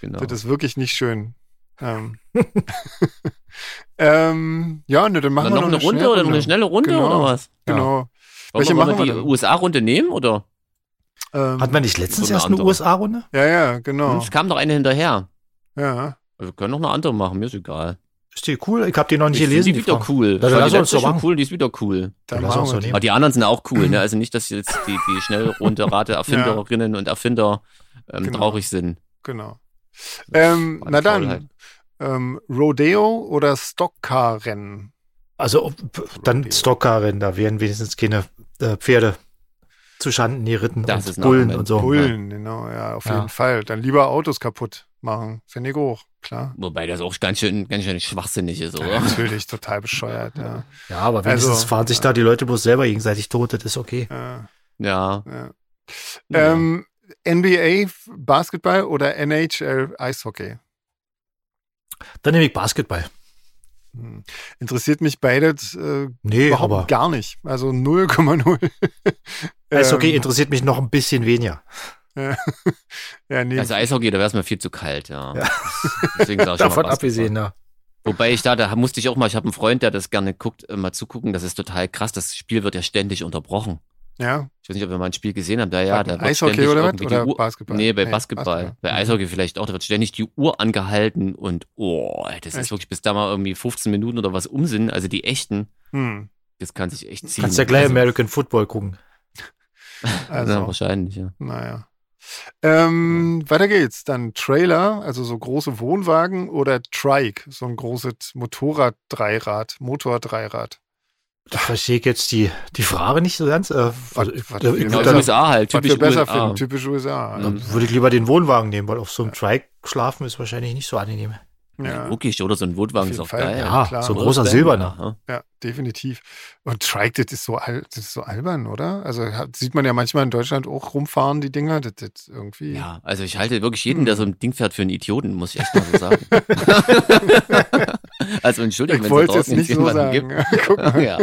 C: Genau.
B: Das ist wirklich nicht schön.
A: <laughs>
B: Ähm. ähm, ja, ne, dann machen
C: Dann
B: wir
C: noch eine Runde oder noch eine schnelle Runde
B: Genau.
C: oder was?
B: Genau.
C: Wollen
B: Welche
C: wir,
B: machen
C: wollen
B: wir
C: wir die
B: denn?
C: USA-Runde nehmen oder?
B: Ähm,
A: Hat man nicht letztens
C: So eine
A: erst eine
C: andere.
A: USA-Runde?
B: ja, ja, genau.
C: Hm, es kam noch eine hinterher. Also,
B: Ja.
C: Wir können noch eine andere machen, mir ist egal.
A: Ist die cool? Ich habe die noch nicht
C: Ich finde
A: gelesen.
C: die wieder
A: Frage.
C: cool.
A: Dann
C: Ich fand
A: lass
C: die
A: uns
C: letzte
A: doch
C: schon
A: machen.
C: cool, die ist wieder cool.
B: Dann
A: lass
B: machen
A: uns
B: wir
A: doch
B: die.
A: nehmen.
C: Aber die anderen sind auch cool, ne? Also nicht, dass jetzt die, die schnellrunde
B: <laughs>
C: Rateerfinderinnen und Erfinder ähm,
B: Genau.
C: traurig sind.
B: Genau. Ähm,
C: war eine
B: na
C: Faulheit.
B: dann, ähm, Rodeo oder Stockcar-Rennen?
A: Also ob- dann
B: Rodeo.
A: Stockkarren, da werden wenigstens keine äh, Pferde zuschanden geritten
C: Das ist
A: und
C: ein
A: Bullen
C: Argument.
A: und so.
B: Bullen, genau, ja, auf
A: Ja.
B: jeden Fall. Dann lieber Autos kaputt machen. Finde ich hoch, klar.
C: Wobei das auch ganz schön, ganz schön schwachsinnig ist,
B: Ja,
C: oder?
B: natürlich, total bescheuert,
C: <laughs>
B: ja.
A: Ja, aber wenigstens
B: Also,
A: fahren sich da die Leute bloß selber gegenseitig tot, das ist okay.
B: ja,
C: Ja.
B: ja.
C: ja.
B: Ähm, NBA Basketball oder NHL Eishockey?
A: Dann nehme ich Basketball.
B: Hm. Interessiert mich beides äh,
A: Nee,
B: überhaupt
A: aber
B: gar nicht. Also
C: <laughs>
B: 0,0.
A: Eishockey
B: Ähm,
A: interessiert mich noch ein bisschen weniger.
B: ja, nee,
C: Also Eishockey, da wäre es mir viel zu kalt, ja.
A: Ja. <laughs>
C: Deswegen sag ich schon mal
A: Davon
C: Basketball.
A: abgesehen, ja.
C: Wobei ich da, da musste ich auch mal, ich habe einen Freund, der das gerne guckt, äh, mal zugucken. Das ist total krass. Das Spiel wird ja ständig unterbrochen.
B: ja.
C: Ich weiß nicht, ob wir mal ein Spiel gesehen haben. Da ja, da wird
B: Eishockey
C: ständig
B: oder was?
C: irgendwie die
B: Oder
C: Uhr.
B: Basketball?
C: Nee, bei Basketball. Bei Eishockey vielleicht auch. Da wird ständig die Uhr angehalten und oh, ey, das ist
B: Echt?
C: wirklich bis da mal irgendwie 15 Minuten oder was um sind. Also die echten,
B: Hm.
C: das kann sich echt ziehen.
A: Kannst ja gleich
C: also,
A: American Football gucken.
B: Also,
C: Ja, wahrscheinlich, ja.
B: Naja. Ähm, Weiter geht's. Dann Trailer, also so große Wohnwagen oder Trike, so ein großes Motorrad-Dreirad, Motor-Dreirad.
A: Da verstehe ich jetzt die, die Frage nicht so ganz. Äh, also, ich,
B: was-
A: ich,
B: was-
C: Genau,
B: Ja,
A: dann,
C: USA halt,
B: Was
C: typisch
B: wir besser
C: USA.
B: finden, typisch USA.
C: Ja.
A: dann würde ich lieber den Wohnwagen nehmen, weil auf so einem Trike schlafen ist wahrscheinlich nicht so angenehm.
B: Ja,
C: Wirklich, oder? So ein
B: Auf
C: Wohnwagen ist
B: jeden
C: auch
B: Fall.
C: geil.
A: Ja,
B: klar.
A: so ein
C: Oder?
A: großer
C: Ja,
A: Silberner.
C: ja.
B: ja, definitiv. Und Trike, das ist so, al das ist so albern, oder? Also hat, sieht man ja manchmal in Deutschland auch rumfahren, die Dinger. Das, das irgendwie.
C: Ja, also ich halte wirklich jeden, der so ein Ding fährt, für einen Idioten, muss ich echt mal
B: <laughs>
C: so sagen. <laughs> also entschuldigung,
B: ich
C: wenn es
B: wollte
C: da
B: jetzt
C: draußen
B: nicht
C: jetzt
B: so
C: jemanden
B: sagen. <laughs>
C: gibt.
B: Guck mal.
C: ja.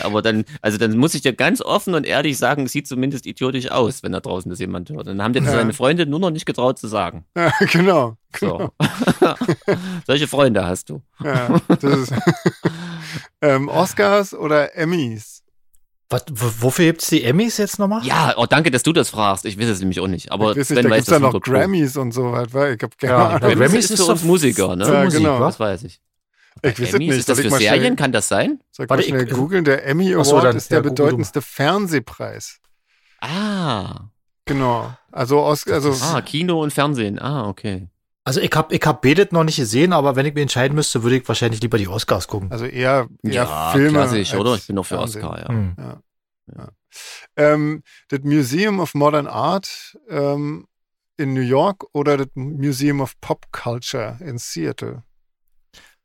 C: <laughs> Aber dann, also dann muss ich dir ganz offen und ehrlich sagen, es sieht zumindest idiotisch aus, wenn da draußen das jemand hört. Dann haben dir das
B: Ja.
C: seine Freunde nur noch nicht getraut zu sagen.
B: Ja, genau.
C: So. <laughs> Solche Freunde hast du.
B: Ja,
C: <laughs>
B: das ist <laughs> ähm, Oscars oder Emmys?
A: Was, w- wofür gibt's die Emmys jetzt nochmal?
C: Ja, oh, danke, dass du das fragst. Ich weiß es nämlich auch nicht. Aber
B: ich weiß
C: Sven
B: nicht, da
C: weiß
B: gibt's ja
C: das
B: noch
C: 100 Pro.
B: Grammys und so was, weil ich hab keine
A: Ja,
B: Ahnung.
A: genau.
C: Grammys
A: Grammys
C: ist
A: ist
C: für uns
A: doch
C: Musiker, ne?
A: für
B: Ja,
A: Musik,
B: genau.
A: wa?
C: Das weiß ich.
B: <laughs> Ich weiß es
C: Emmys,
B: nicht,
C: Ist das
B: soll ich
C: für
B: mal schnell-
C: Serien? Kann das sein?
B: Sag
A: Warte,
B: mal schnell
A: ich-
B: googeln, der Emmy
A: Ach
B: Award
A: so, dann-
B: ist der
A: ja, google du mal.
B: bedeutendste Fernsehpreis. <laughs>
C: Ah.
B: Genau. Also Oscar, also
C: Ah, Kino und Fernsehen. Ah, okay.
A: Also ich hab, ich hab Bedet noch nicht gesehen, aber wenn ich mir entscheiden müsste, würde ich wahrscheinlich lieber die Oscars gucken.
B: also eher, eher
C: Ja,
B: Filme.
C: klassisch,
B: als
C: oder? Ich bin noch für
B: Fernsehen.
C: Oscar, ja.
A: Hm.
B: Ähm, das Museum of Modern Art ähm, in New York oder das Museum of Pop Culture in Seattle?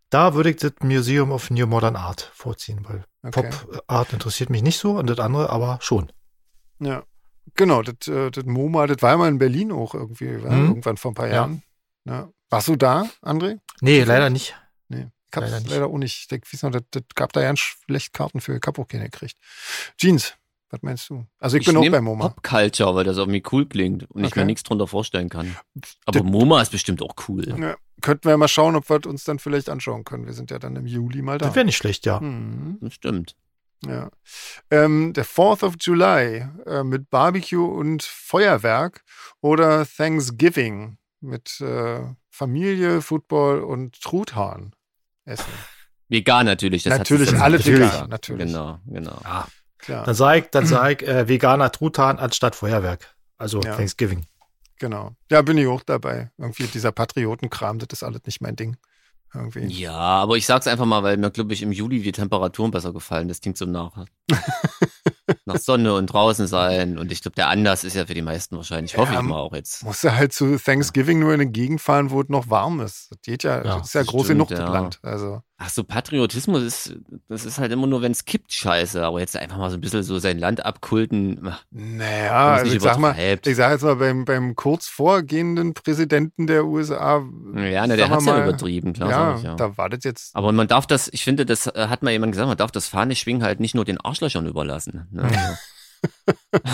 A: Da würde ich das Museum of New Modern Art vorziehen, weil
B: Okay.
A: Pop Art interessiert mich nicht so und das andere aber schon.
B: Ja. Genau, das, äh, das MoMA, das war mal in Berlin auch irgendwie, wa?
A: Mhm.
B: irgendwann vor ein paar
A: Ja.
B: Jahren. Ja. Warst du da, André?
A: Nee, leider nicht.
B: Nee. Ich hab's
A: Leider nicht.
B: leider auch nicht. Ich denk, weiß noch, das, das gab da ganz schlecht Karten für. Ich hab auch keine gekriegt. Jeans, was meinst du? Also ich, bin auch
C: nehm
B: bei MoMA.
C: Pop Culture, weil das irgendwie cool klingt und ich
B: Okay.
C: mir nichts drunter vorstellen kann.
B: Das-
C: Aber MoMA ist bestimmt auch cool.
B: Ja. Könnten wir mal schauen, ob wir uns dann vielleicht anschauen können. Wir sind ja dann im Juli mal da.
A: Das wäre nicht schlecht, ja.
B: Hm.
C: Das stimmt.
B: Ja. Ähm, der 4th of July äh, mit Barbecue und Feuerwerk oder Thanksgiving mit äh, Familie, Football und Truthahn essen.
C: Vegan natürlich. Das hat
B: Natürlich,
C: sich-
B: alle
A: Natürlich.
B: vegan, natürlich.
C: Genau, genau.
A: Ja.
B: Klar,
A: Dann sage ich, dann sag ich äh, veganer Truthahn anstatt Feuerwerk. Also
B: Ja.
A: Thanksgiving.
B: genau. Ja, bin ich auch dabei. Irgendwie dieser Patriotenkram, das ist alles nicht mein Ding. Irgendwie.
C: Ja, aber ich sag's einfach mal, weil mir, glaube ich, im Juli die Temperaturen besser gefallen. Das klingt so
B: <laughs>
C: nach, nach Sonne und draußen sein. Und ich glaube, der Anlass ist ja für die meisten wahrscheinlich. Hoffe
B: Ja, ähm,
C: ich mal auch jetzt.
B: Musst du halt zu Thanksgiving nur in eine Gegend fahren, wo es noch warm ist. Das geht ja, das ist ja
C: das
B: groß
C: stimmt,
B: genug, das
C: ja.
B: Land. Also,
C: Ach so, Patriotismus ist, das ist halt immer nur, wenn's kippt, scheiße. Aber jetzt einfach mal so ein bisschen so sein Land abkulten. ach,
B: naja,
C: wenn's
B: also
C: nicht
B: ich sag mal,
C: übertreibt.
B: Ich sage jetzt mal, beim, beim kurz vorgehenden Präsidenten der USA.
C: Ja,
B: sagen
C: ne, der
B: wir
C: hat's ja
B: mal,
C: übertrieben, klar.
B: ja,
C: sag ich, ja.
B: da war das jetzt.
C: Aber man darf das, ich finde, das äh, hat mal jemand gesagt, man darf das Fahneschwingen halt nicht nur den Arschlöchern überlassen.
B: <laughs>
C: Ne? Also-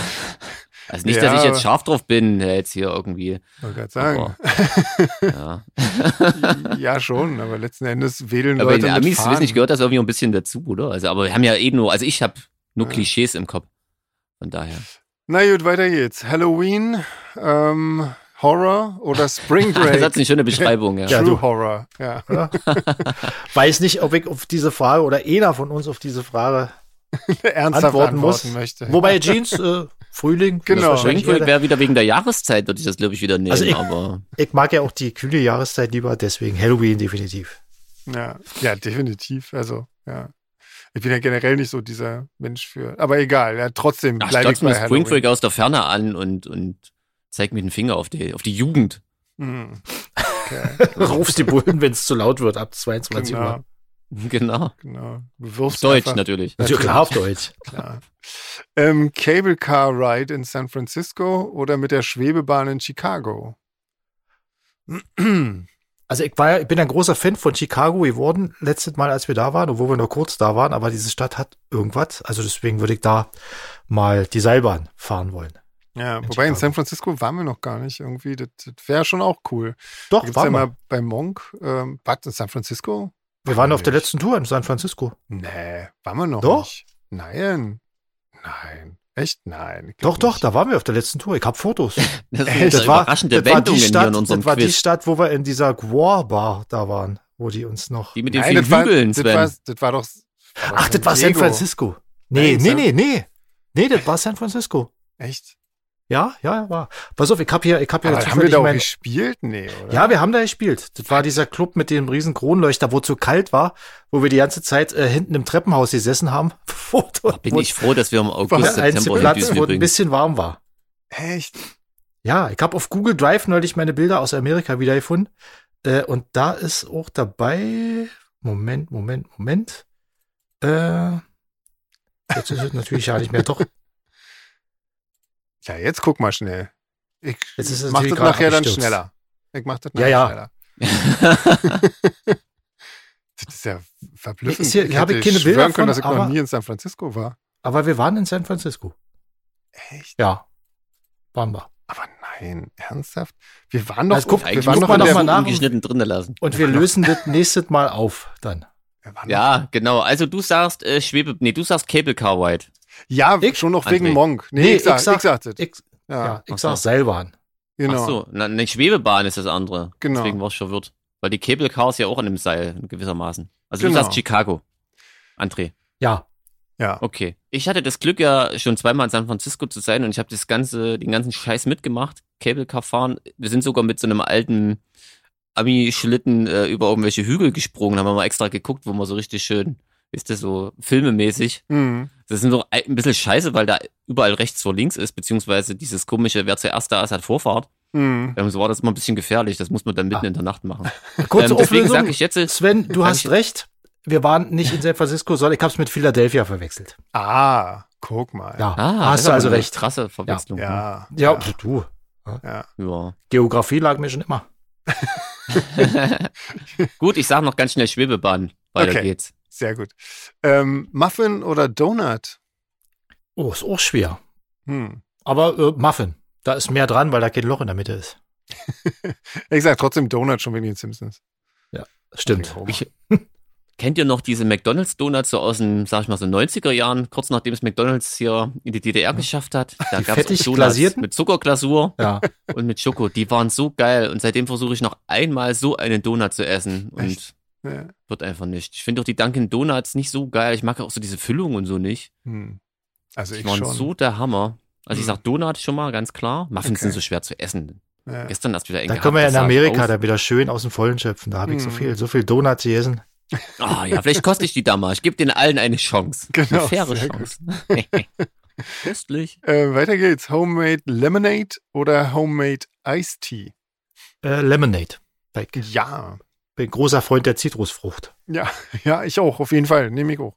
C: Also nicht,
B: Ja,
C: dass ich
B: aber-
C: jetzt scharf drauf bin, äh, jetzt hier irgendwie.
B: Wollte grad <laughs> sagen.
C: Ja.
B: <laughs> ja, schon, aber letzten Endes wedeln
C: Aber in
B: Leute
C: den
B: mit
C: Amis,
B: Fahnen.
C: weiß nicht, gehört das irgendwie ein bisschen dazu, oder? Also, aber wir haben ja eh nur, also ich habe nur
B: Ja.
C: Klischees im Kopf.
B: <laughs>
C: Von daher.
B: Na gut, weiter geht's. Halloween, ähm, Horror oder Spring
C: <laughs> Das hat
B: Break?
C: eine schöne Beschreibung, ja.
A: Ja.
B: True
A: du.
B: Horror, ja. <laughs>
A: Weiß nicht, ob ich auf diese Frage oder einer von uns auf diese Frage.
B: Ernsthaft antworten,
A: Antworten muss.
B: möchte.
A: Wobei Jeans, äh, Frühling, das
B: Genau.
A: wahrscheinlich
C: Spring Break
A: eher der-
C: wäre wieder wegen der Jahreszeit, würde ich das, glaube ich, wieder nehmen.
A: Also ich-
C: aber
A: Ich mag ja auch die kühle Jahreszeit lieber, deswegen Halloween definitiv.
B: Ja, ja, definitiv. Also, ja. Ich bin ja generell nicht so dieser Mensch für. Aber egal, ja, trotzdem
C: ach,
B: bleibe ich
C: stotzt
B: bei
C: mir Spring
B: Halloween.
C: Break aus der Ferne an und, und zeigt mir den Finger auf die, auf die Jugend. <laughs>
A: <laughs>
B: Mhm. Okay,
A: <laughs> Rufst die Bullen, wenn es zu laut wird, ab 22
B: genau,
A: Uhr.
C: Genau.
B: genau.
C: Auf
B: Bewirfst
C: Deutsch
A: ne?
B: einfach- <laughs>
C: natürlich.
A: Natürlich, klar auf Deutsch.
B: Klar. Ähm, Cable Car Ride in San Francisco oder mit der Schwebebahn in Chicago? <clears throat>
A: Also ich war ja, ich bin ein großer Fan von Chicago geworden, letztes Mal, als wir da waren, obwohl wir nur kurz da waren, aber diese Stadt hat irgendwas. Also deswegen würde ich da mal die Seilbahn fahren wollen.
B: Ja,
A: In
B: wobei in
A: Chicago.
B: San Francisco waren wir noch gar nicht irgendwie. Das, das wäre schon auch cool. Da
A: Doch,
B: gibt's ja
A: waren wir.
B: mal bei Monk. Ähm, was, in San Francisco?
A: Wir waren auf der
B: Nicht.
A: letzten Tour in San Francisco.
B: Nee, waren wir noch
A: Doch.
B: nicht. Nein. Nein. Echt? Nein. ich
A: Doch,
B: glaub
A: doch,
B: nicht.
A: da waren wir auf der letzten Tour. Ich habe
C: <laughs>
A: Fotos.
C: Das sind
B: Echt?
C: das überraschende Wendungen hier in unserem
A: das war die
C: Quiz.
A: Stadt, wo wir in dieser Guar-Bar da waren, wo die uns noch.
C: Die mit den
B: Nein,
C: vielen
B: das war,
C: Jubeln,
B: das, war,
C: Sven.
B: das war doch. war doch
A: Ach, das war San
B: Diego.
A: Francisco. Nee,
B: Nein,
A: nee,
B: San-
A: nee, nee. Nee, das war San Francisco.
B: Echt?
A: Ja, ja, war. Pass auf, ich hab hier, ich hab hier
B: Aber haben wir
A: zufällig
B: da auch
A: mein-
B: gespielt? Nee, oder?
A: Ja, wir haben da gespielt. Das war dieser Club mit dem riesen Kronleuchter, wo es so kalt war, wo wir die ganze Zeit äh, hinten im Treppenhaus gesessen haben. <laughs> Wo,
C: Ach, bin ich froh, dass wir im
A: wo
C: August,
A: der
C: September
A: einzige
C: in
A: Platz,
C: Düsen
A: wo es ein
C: übrigens.
A: bisschen warm war.
B: Echt?
A: Ja, ich habe auf Google Drive neulich meine Bilder aus Amerika wiedergefunden. Äh, und da ist auch dabei. Moment, Moment, Moment. Äh, jetzt ist es natürlich ja nicht mehr.
C: <laughs>
A: Doch,
B: Ja, jetzt guck mal schnell. Ich
A: Jetzt ist es
B: mach das
A: natürlich gerade
B: nachher dann
A: abgestürzt.
B: schneller. Ich mach das
A: Ja,
B: nachher
A: ja.
B: schneller. <laughs> Das ist ja verblüffend.
A: Ist hier- hier habe ich
B: hätte
A: keine Bilder
B: schwören können, dass ich
A: von,
B: noch
A: aber-
B: nie in San Francisco war.
A: aber wir waren in San Francisco.
B: Echt?
A: Ja, waren wir.
B: Aber nein, ernsthaft? Wir waren doch,
A: Also guck,
B: wir
C: Eigentlich
B: waren
A: guck
B: doch
A: mal
B: in
A: noch
B: der,
A: mal nach.
C: Geschnitten drin lassen.
A: Und wir lösen das nächstes Mal auf dann.
B: Wir waren doch-
C: Ja, genau. Also du sagst äh, Schwebe, nee, du sagst Cable Car Ride.
B: ja
A: Ich-
B: schon noch wegen
C: André.
B: Monk. Nee,
A: Nee,
B: ich, sag,
A: ich sag-
B: ich sag das.
A: Ich,
C: Ah,
B: ja,
A: ja, ich
C: Ach so.
A: sag Seilbahn.
B: genau.
C: Ach so, na, eine Schwebebahn ist das andere.
B: Genau.
C: Deswegen war ich verwirrt. Weil die Cable Car ist ja auch an einem Seil, gewissermaßen. Also
B: Genau.
C: du sagst Chicago. André.
A: Ja,
B: Ja.
C: Okay. Ich hatte das Glück ja schon zweimal in San Francisco zu sein und ich habe das ganze, den ganzen Scheiß mitgemacht. Cable Car fahren. Wir sind sogar mit so einem alten Ami-Schlitten äh, über irgendwelche Hügel gesprungen, haben wir mal extra geguckt, wo man so richtig schön, wisst ihr, so filmemäßig.
B: Mhm.
C: Das ist doch ein bisschen scheiße, weil da überall rechts vor links ist, beziehungsweise dieses komische, wer zuerst da ist, hat Vorfahrt.
B: Hm.
C: Ähm, so war das immer ein bisschen gefährlich. Das muss man dann mitten in der Nacht machen.
A: Ah. Kurze
C: ähm, deswegen
A: Auflösung.
C: sage ich jetzt,
A: Sven, du
C: Kann
A: hast
C: ich-
A: recht. Wir waren nicht in San Francisco, sondern ich habe es mit Philadelphia verwechselt.
B: Ah, guck mal.
A: Ja,
C: ah, das
A: hast
C: ist
A: du
C: aber
A: also
C: eine
A: recht.
C: Krasse Verwechslung. ne?
B: Ja.
A: Ja, pf, du.
C: ja.
A: Geografie lag mir schon immer.
C: Gut, ich sage noch ganz schnell Schwebebahn. Weiter
B: Okay.
C: geht's.
B: Sehr gut. Ähm, Muffin oder Donut?
A: Oh, ist auch schwer.
B: Hm.
A: Aber äh, Muffin, da ist mehr dran, weil da kein Loch in der Mitte ist.
B: Ich sag trotzdem Donut schon wegen den Simpsons.
A: Stimmt.
C: <laughs>
B: Okay,
C: Ich, kennt ihr noch diese McDonalds-Donuts so aus den, sag ich mal, so 90er Jahren, kurz nachdem es McDonalds hier in die DDR geschafft hat? Da
A: Die
C: gab's auch
A: fettig
C: Donuts
A: glasierten?
C: mit Zuckerglasur
A: Ja.
C: und mit Schoko. Die waren so geil und seitdem versuche ich noch einmal so einen Donut zu essen und
B: Echt? Ja.
C: wird einfach nicht. Ich finde doch die Dunkin' Donuts nicht so geil. Ich mag auch so diese Füllung und so nicht.
B: Hm. Also
C: Die
B: ich
C: waren
B: schon.
C: so der Hammer. Also
A: Mhm.
C: ich
B: Hm.
C: sag Donut schon mal, ganz klar. Muffins
B: Okay.
C: sind so schwer zu essen.
B: ja.
C: Gestern erst wieder
A: Da
C: irgendwie.
A: können wir ja in Amerika da wieder schön aus dem Vollen schöpfen. Da habe ich so
B: Mhm.
A: viel, so viel Donuts gegessen.
C: Ah ja, vielleicht koste ich die da mal. Ich gebe den allen eine Chance.
B: Genau,
C: eine faire
B: sehr
C: Chance. <laughs> Köstlich.
B: Äh, weiter geht's. Homemade Lemonade oder Homemade Iced Tea?
A: Äh, Lemonade. Ich
B: Ja.
A: bin großer Freund der Zitrusfrucht.
B: Ja, ja, ich auch. Auf jeden Fall. Nehme ich auch.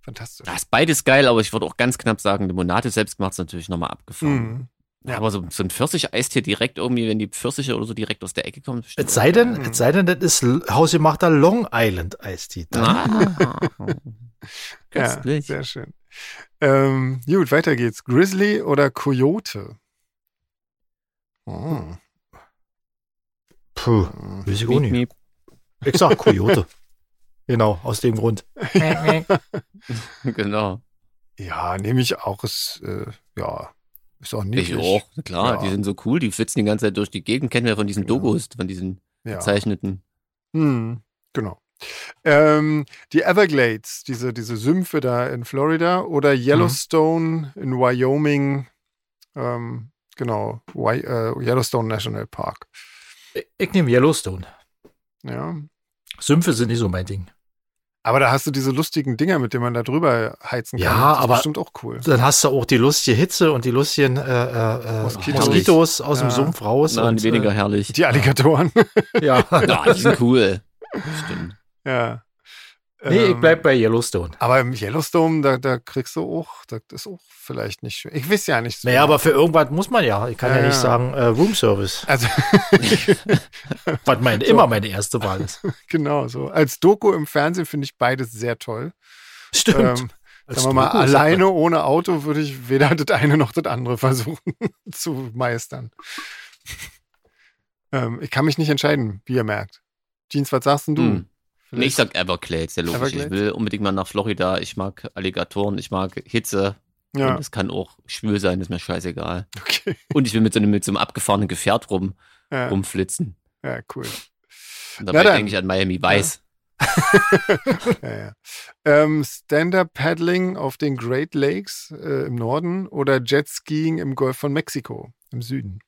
B: Fantastisch.
C: Das ist beides geil, aber ich würde auch ganz knapp sagen, Limonade selbst macht es natürlich nochmal abgefahren.
B: Hm. ja.
C: Aber so, so ein Pfirsich-Eistee direkt irgendwie, wenn die Pfirsiche oder so direkt aus der Ecke kommen. ist bestimmt
A: Es sei denn,
B: Mhm.
A: es sei denn, das ist l- hausgemachter Long Island Eistee.
C: auch-
B: <laughs>
C: Ah.
B: Ja,
C: Köstlich.
B: sehr schön. Ähm, gut, weiter geht's. Grizzly oder Coyote? Oh.
A: Puh, weiß ich auch
C: Miep,
A: nicht.
C: miep.
A: Ich sag
C: <laughs>
A: Coyote. genau, aus dem Grund.
C: genau.
B: Ja, nehme ich auch. Ist, äh, ja, ist auch niedlich.
C: Ich auch, na klar,
B: Ja.
C: die sind so cool, die flitzen die ganze Zeit durch die Gegend, kennen wir ja von diesen
B: Genau.
C: Dogos, von diesen
B: Ja.
C: gezeichneten.
B: Hm, genau. Ähm, die Everglades, diese, diese Sümpfe da in Florida oder
C: Mhm.
B: Yellowstone in Wyoming. Ähm, genau, Wy äh, Yellowstone National Park.
A: Ich, ich nehme Yellowstone.
B: Ja.
A: Sümpfe sind nicht so mein Ding.
B: Aber da hast du diese lustigen Dinger, mit denen man da drüber heizen kann.
A: Ja,
B: das ist
A: aber-
B: bestimmt auch cool.
A: Dann hast du auch die lustige Hitze und die lustigen äh, äh, äh,
B: Moskitos.
A: Moskitos. aus dem
B: Ja.
A: Sumpf raus.
C: Nein,
A: und,
C: weniger herrlich.
B: Die Alligatoren. <laughs>
A: Äh, ja.
C: Ja, die
A: <laughs>
C: sind cool. Stimmt.
B: ja.
A: nee, ich
B: Ähm,
A: bleib bei Yellowstone.
B: Aber im Yellowstone, da, da kriegst du auch, das ist auch vielleicht nicht schön. Ich weiß ja nicht so. genau.
A: Naja, aber für irgendwas muss man ja. Ich kann ja,
B: Ja,
A: nicht
B: ja.
A: sagen, äh, Room Service,
B: Also, <laughs>
A: was mein, immer meine erste Wahl ist.
B: genau so. Als Doku im Fernsehen finde ich beides sehr toll.
A: Stimmt.
B: Ähm,
A: Als
B: sagen wir mal,
A: Doku ist
B: alleine ohne Auto würde ich weder das eine noch das andere versuchen <laughs> zu meistern. ähm, ich kann mich nicht entscheiden, wie ihr merkt. Jeans, was sagst denn du?
C: Hm. Nee, ich
B: Vielleicht-
C: sag Everglades, ja logisch.
B: Everglades?
C: Ich will unbedingt mal nach Florida. Ich mag Alligatoren, ich mag Hitze.
B: ja,
A: Hm.
C: Und es kann auch schwül sein, ist mir scheißegal.
B: okay.
C: Und ich will mit so einem, mit so einem abgefahrenen Gefährt rum,
B: Ja,
A: Um-
C: rumflitzen.
B: ja cool. Na
C: Und dabei
B: dann.
C: denke ich an Miami Vice.
B: Ja, ja. Ähm, Stand-up-Paddling auf den Great Lakes äh, im Norden oder Jetskiing im Golf von Mexiko im Süden.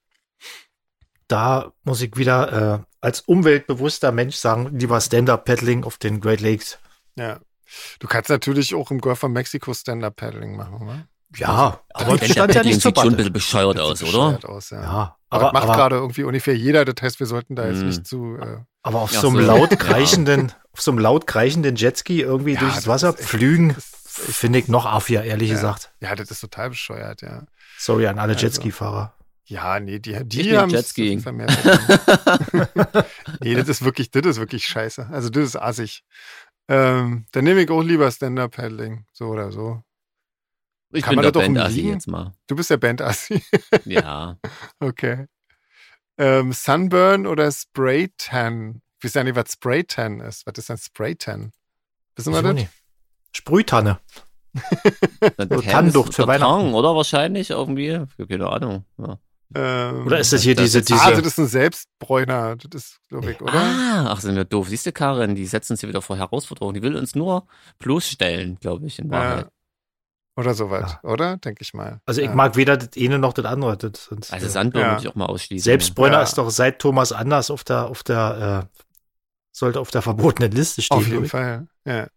A: Da muss ich wieder äh, als umweltbewusster Mensch sagen, lieber Stand-Up-Paddling auf den Great Lakes.
B: Ja. Du kannst natürlich auch im Golf von Mexiko Stand-up-Paddling machen, oder?
A: Ja, aber
C: Aber
A: das stand ja nicht zur
C: sieht schon ein
A: Debatte.
C: bisschen bescheuert
B: Das
C: aus,
B: sieht
C: oder?
B: bescheuert Aus, ja.
A: Ja,
B: aber,
A: aber,
B: macht
A: aber,
B: gerade irgendwie ungefähr jeder, das heißt, wir sollten da jetzt
C: Mm.
B: nicht zu. Äh,
A: aber auf
C: Ja,
A: so einem
C: so-
A: laut
C: Ja.
A: kreichenden, auf so einem laut kreichenden Jetski irgendwie
B: Ja, das
A: durchs Wasser
B: ist echt-
A: pflügen,
B: das ist echt-
A: finde ich noch affier, ehrlich
B: Ja.
A: gesagt.
B: ja, das ist total bescheuert, ja.
A: Sorry an alle
B: Also.
A: Jetski-Fahrer.
B: Ja, nee, die,
C: Ich
B: die
C: bin
B: haben
C: Jetskiing.
B: vermehrt. nee, das ist wirklich, das ist wirklich scheiße. Also das ist assig. Ähm, dann nehme ich auch lieber Stand-Up-Paddling, so oder so.
C: Ich
B: Kann
C: bin
B: man
C: der
B: das doch um
C: Band Assi
B: umliegen? <laughs>
C: jetzt mal.
B: Du bist der Band-Assi.
C: Ja.
B: <laughs> Okay. Ähm, Sunburn oder Spray Tan? Ich weiß ja nicht, was Spray Tan ist. Was ist denn Spray Tan? Wissen wir
A: Wieso
B: das?
A: nicht? Sprühtanne.
C: Dann
A: So
C: Tan
A: Tannenduft
C: ist
A: für
C: der
A: Weihnachten.
C: Tang, oder wahrscheinlich irgendwie. Keine Ahnung. Ja.
B: Ähm,
A: Oder ist das hier
C: Das
A: diese,
C: ist-
A: diese.
B: Ah, also das ist ein Selbstbräuner. Das ist, glaube ich, oder?
C: Ah, ach, sind wir doof. Siehst du, Karin, die setzt uns hier wieder vor Herausforderungen. Die will uns nur bloßstellen, glaube ich,
A: Ah.
C: in Wahrheit.
B: Ja. Oder sowas,
A: Ja.
B: oder? Denke ich mal.
A: Ah. Also ich
B: ja.
A: mag weder das eine noch das andere. Das, das,
C: Also
A: äh,
C: Sandburg
B: Ja.
C: würde ich auch mal ausschließen.
A: Selbstbräuner
B: Ja.
A: ist doch seit Thomas Anders auf der, auf der, äh, sollte auf der verbotenen Liste stehen.
B: Auf jeden
A: glaub
B: Fall. Ja.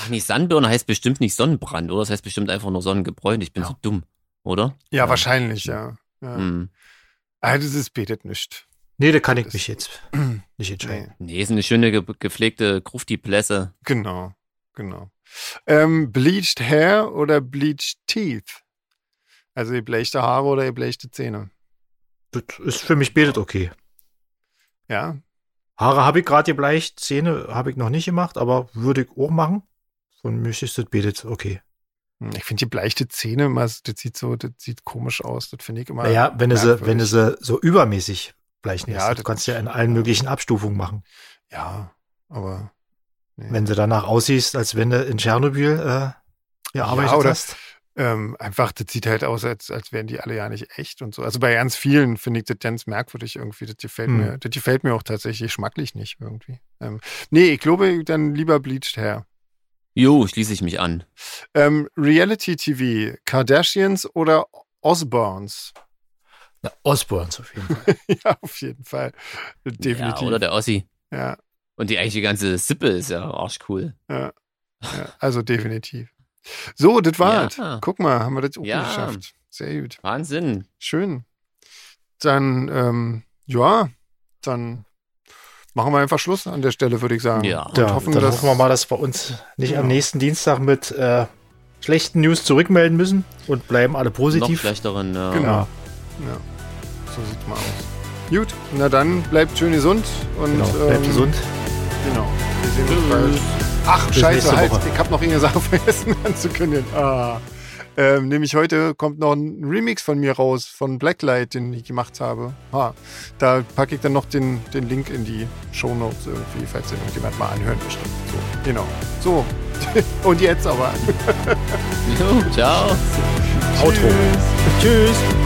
C: Ach nee, Sandburner heißt bestimmt nicht Sonnenbrand, oder? Das heißt bestimmt einfach nur Sonnengebräunt. Ich bin
A: Ja. Hm.
C: so dumm, oder?
B: ja, wahrscheinlich, ja. ja.
C: Hm.
B: Ah, das ist betet nicht.
A: Nee, da kann ich
B: Das-
A: mich jetzt nicht entscheiden.
B: Nee.
C: Nee, ist eine schöne ge gepflegte Grufti-Plässe.
B: Genau, genau. Ähm, bleached Hair oder Bleached Teeth? Also geblechte Haare oder geblechte Zähne.
A: Das ist für mich betet okay.
B: Ja,
A: Haare habe ich gerade gebleicht, Zähne habe ich noch nicht gemacht, aber würde ich auch machen. Von mich ist das betet okay.
B: Hm, ich finde die bleichte Zähne immer, das sieht so, das sieht komisch aus. Das finde ich immer.
A: Naja, wenn du, sie,
B: merkwürdig.
A: wenn du sie so übermäßig bleichen lässt,
B: Ja,
A: du
B: das-
A: kannst ja in allen
B: ja.
A: möglichen Abstufungen machen.
B: Ja, aber. nee.
A: Wenn du danach aussiehst, als wenn du in Tschernobyl äh, gearbeitet
B: oder-
A: hast.
B: Ähm, einfach, das sieht halt aus, als, als wären die alle ja nicht echt und so. Also bei ganz vielen finde ich das ganz merkwürdig irgendwie. Das gefällt,
A: Hm.
B: mir, das gefällt mir auch tatsächlich schmacklich nicht irgendwie. Ähm, nee, ich glaube dann lieber Bleached Hair.
C: Jo, schließe ich mich an.
B: Ähm, Reality TV, Kardashians oder Osborns?
A: Na, Osborns auf jeden Fall.
B: <laughs> ja, auf jeden Fall. Definitiv.
C: Ja, oder der Ossi.
B: ja,
C: Und die eigentliche ganze Sippe ist ja arschcool.
B: ja, also definitiv. So, das war's.
C: Ja.
B: Guck mal, haben wir das auch
C: Ja.
B: geschafft. Sehr gut.
C: Wahnsinn.
B: Schön. Dann, ähm, ja, dann machen wir einfach Schluss an der Stelle, würde ich sagen.
C: Ja.
B: Und
A: Ja,
B: hoffen,
A: dann
B: dass, Genau.
A: hoffen wir mal, dass wir uns nicht am
B: Ja.
A: nächsten Dienstag mit äh, schlechten News zurückmelden müssen und bleiben alle
C: Noch
A: positiv.
C: schlechteren. Äh,
B: Genau.
A: Ja.
B: Ja, so sieht's mal aus. Gut, na dann, bleibt schön gesund und
A: Genau, bleibt
B: ähm,
A: gesund.
B: Genau. Wir sehen uns bald. Ach,
A: Bis nächste
B: scheiße, halt,
A: Woche.
B: ich habe noch irgendeine Sache <laughs> vergessen anzukündigen. Ah. Ähm, nämlich heute kommt noch ein Remix von mir raus, von Blacklight, den ich gemacht habe. Ah, da packe ich dann noch den, den Link in die Shownotes irgendwie, falls ihr irgendjemand mal anhören möchte. So, genau. So. <laughs> Und jetzt aber.
C: <laughs> Jo, Ciao.
A: Outro.
B: Tschüss.
A: Tschüss.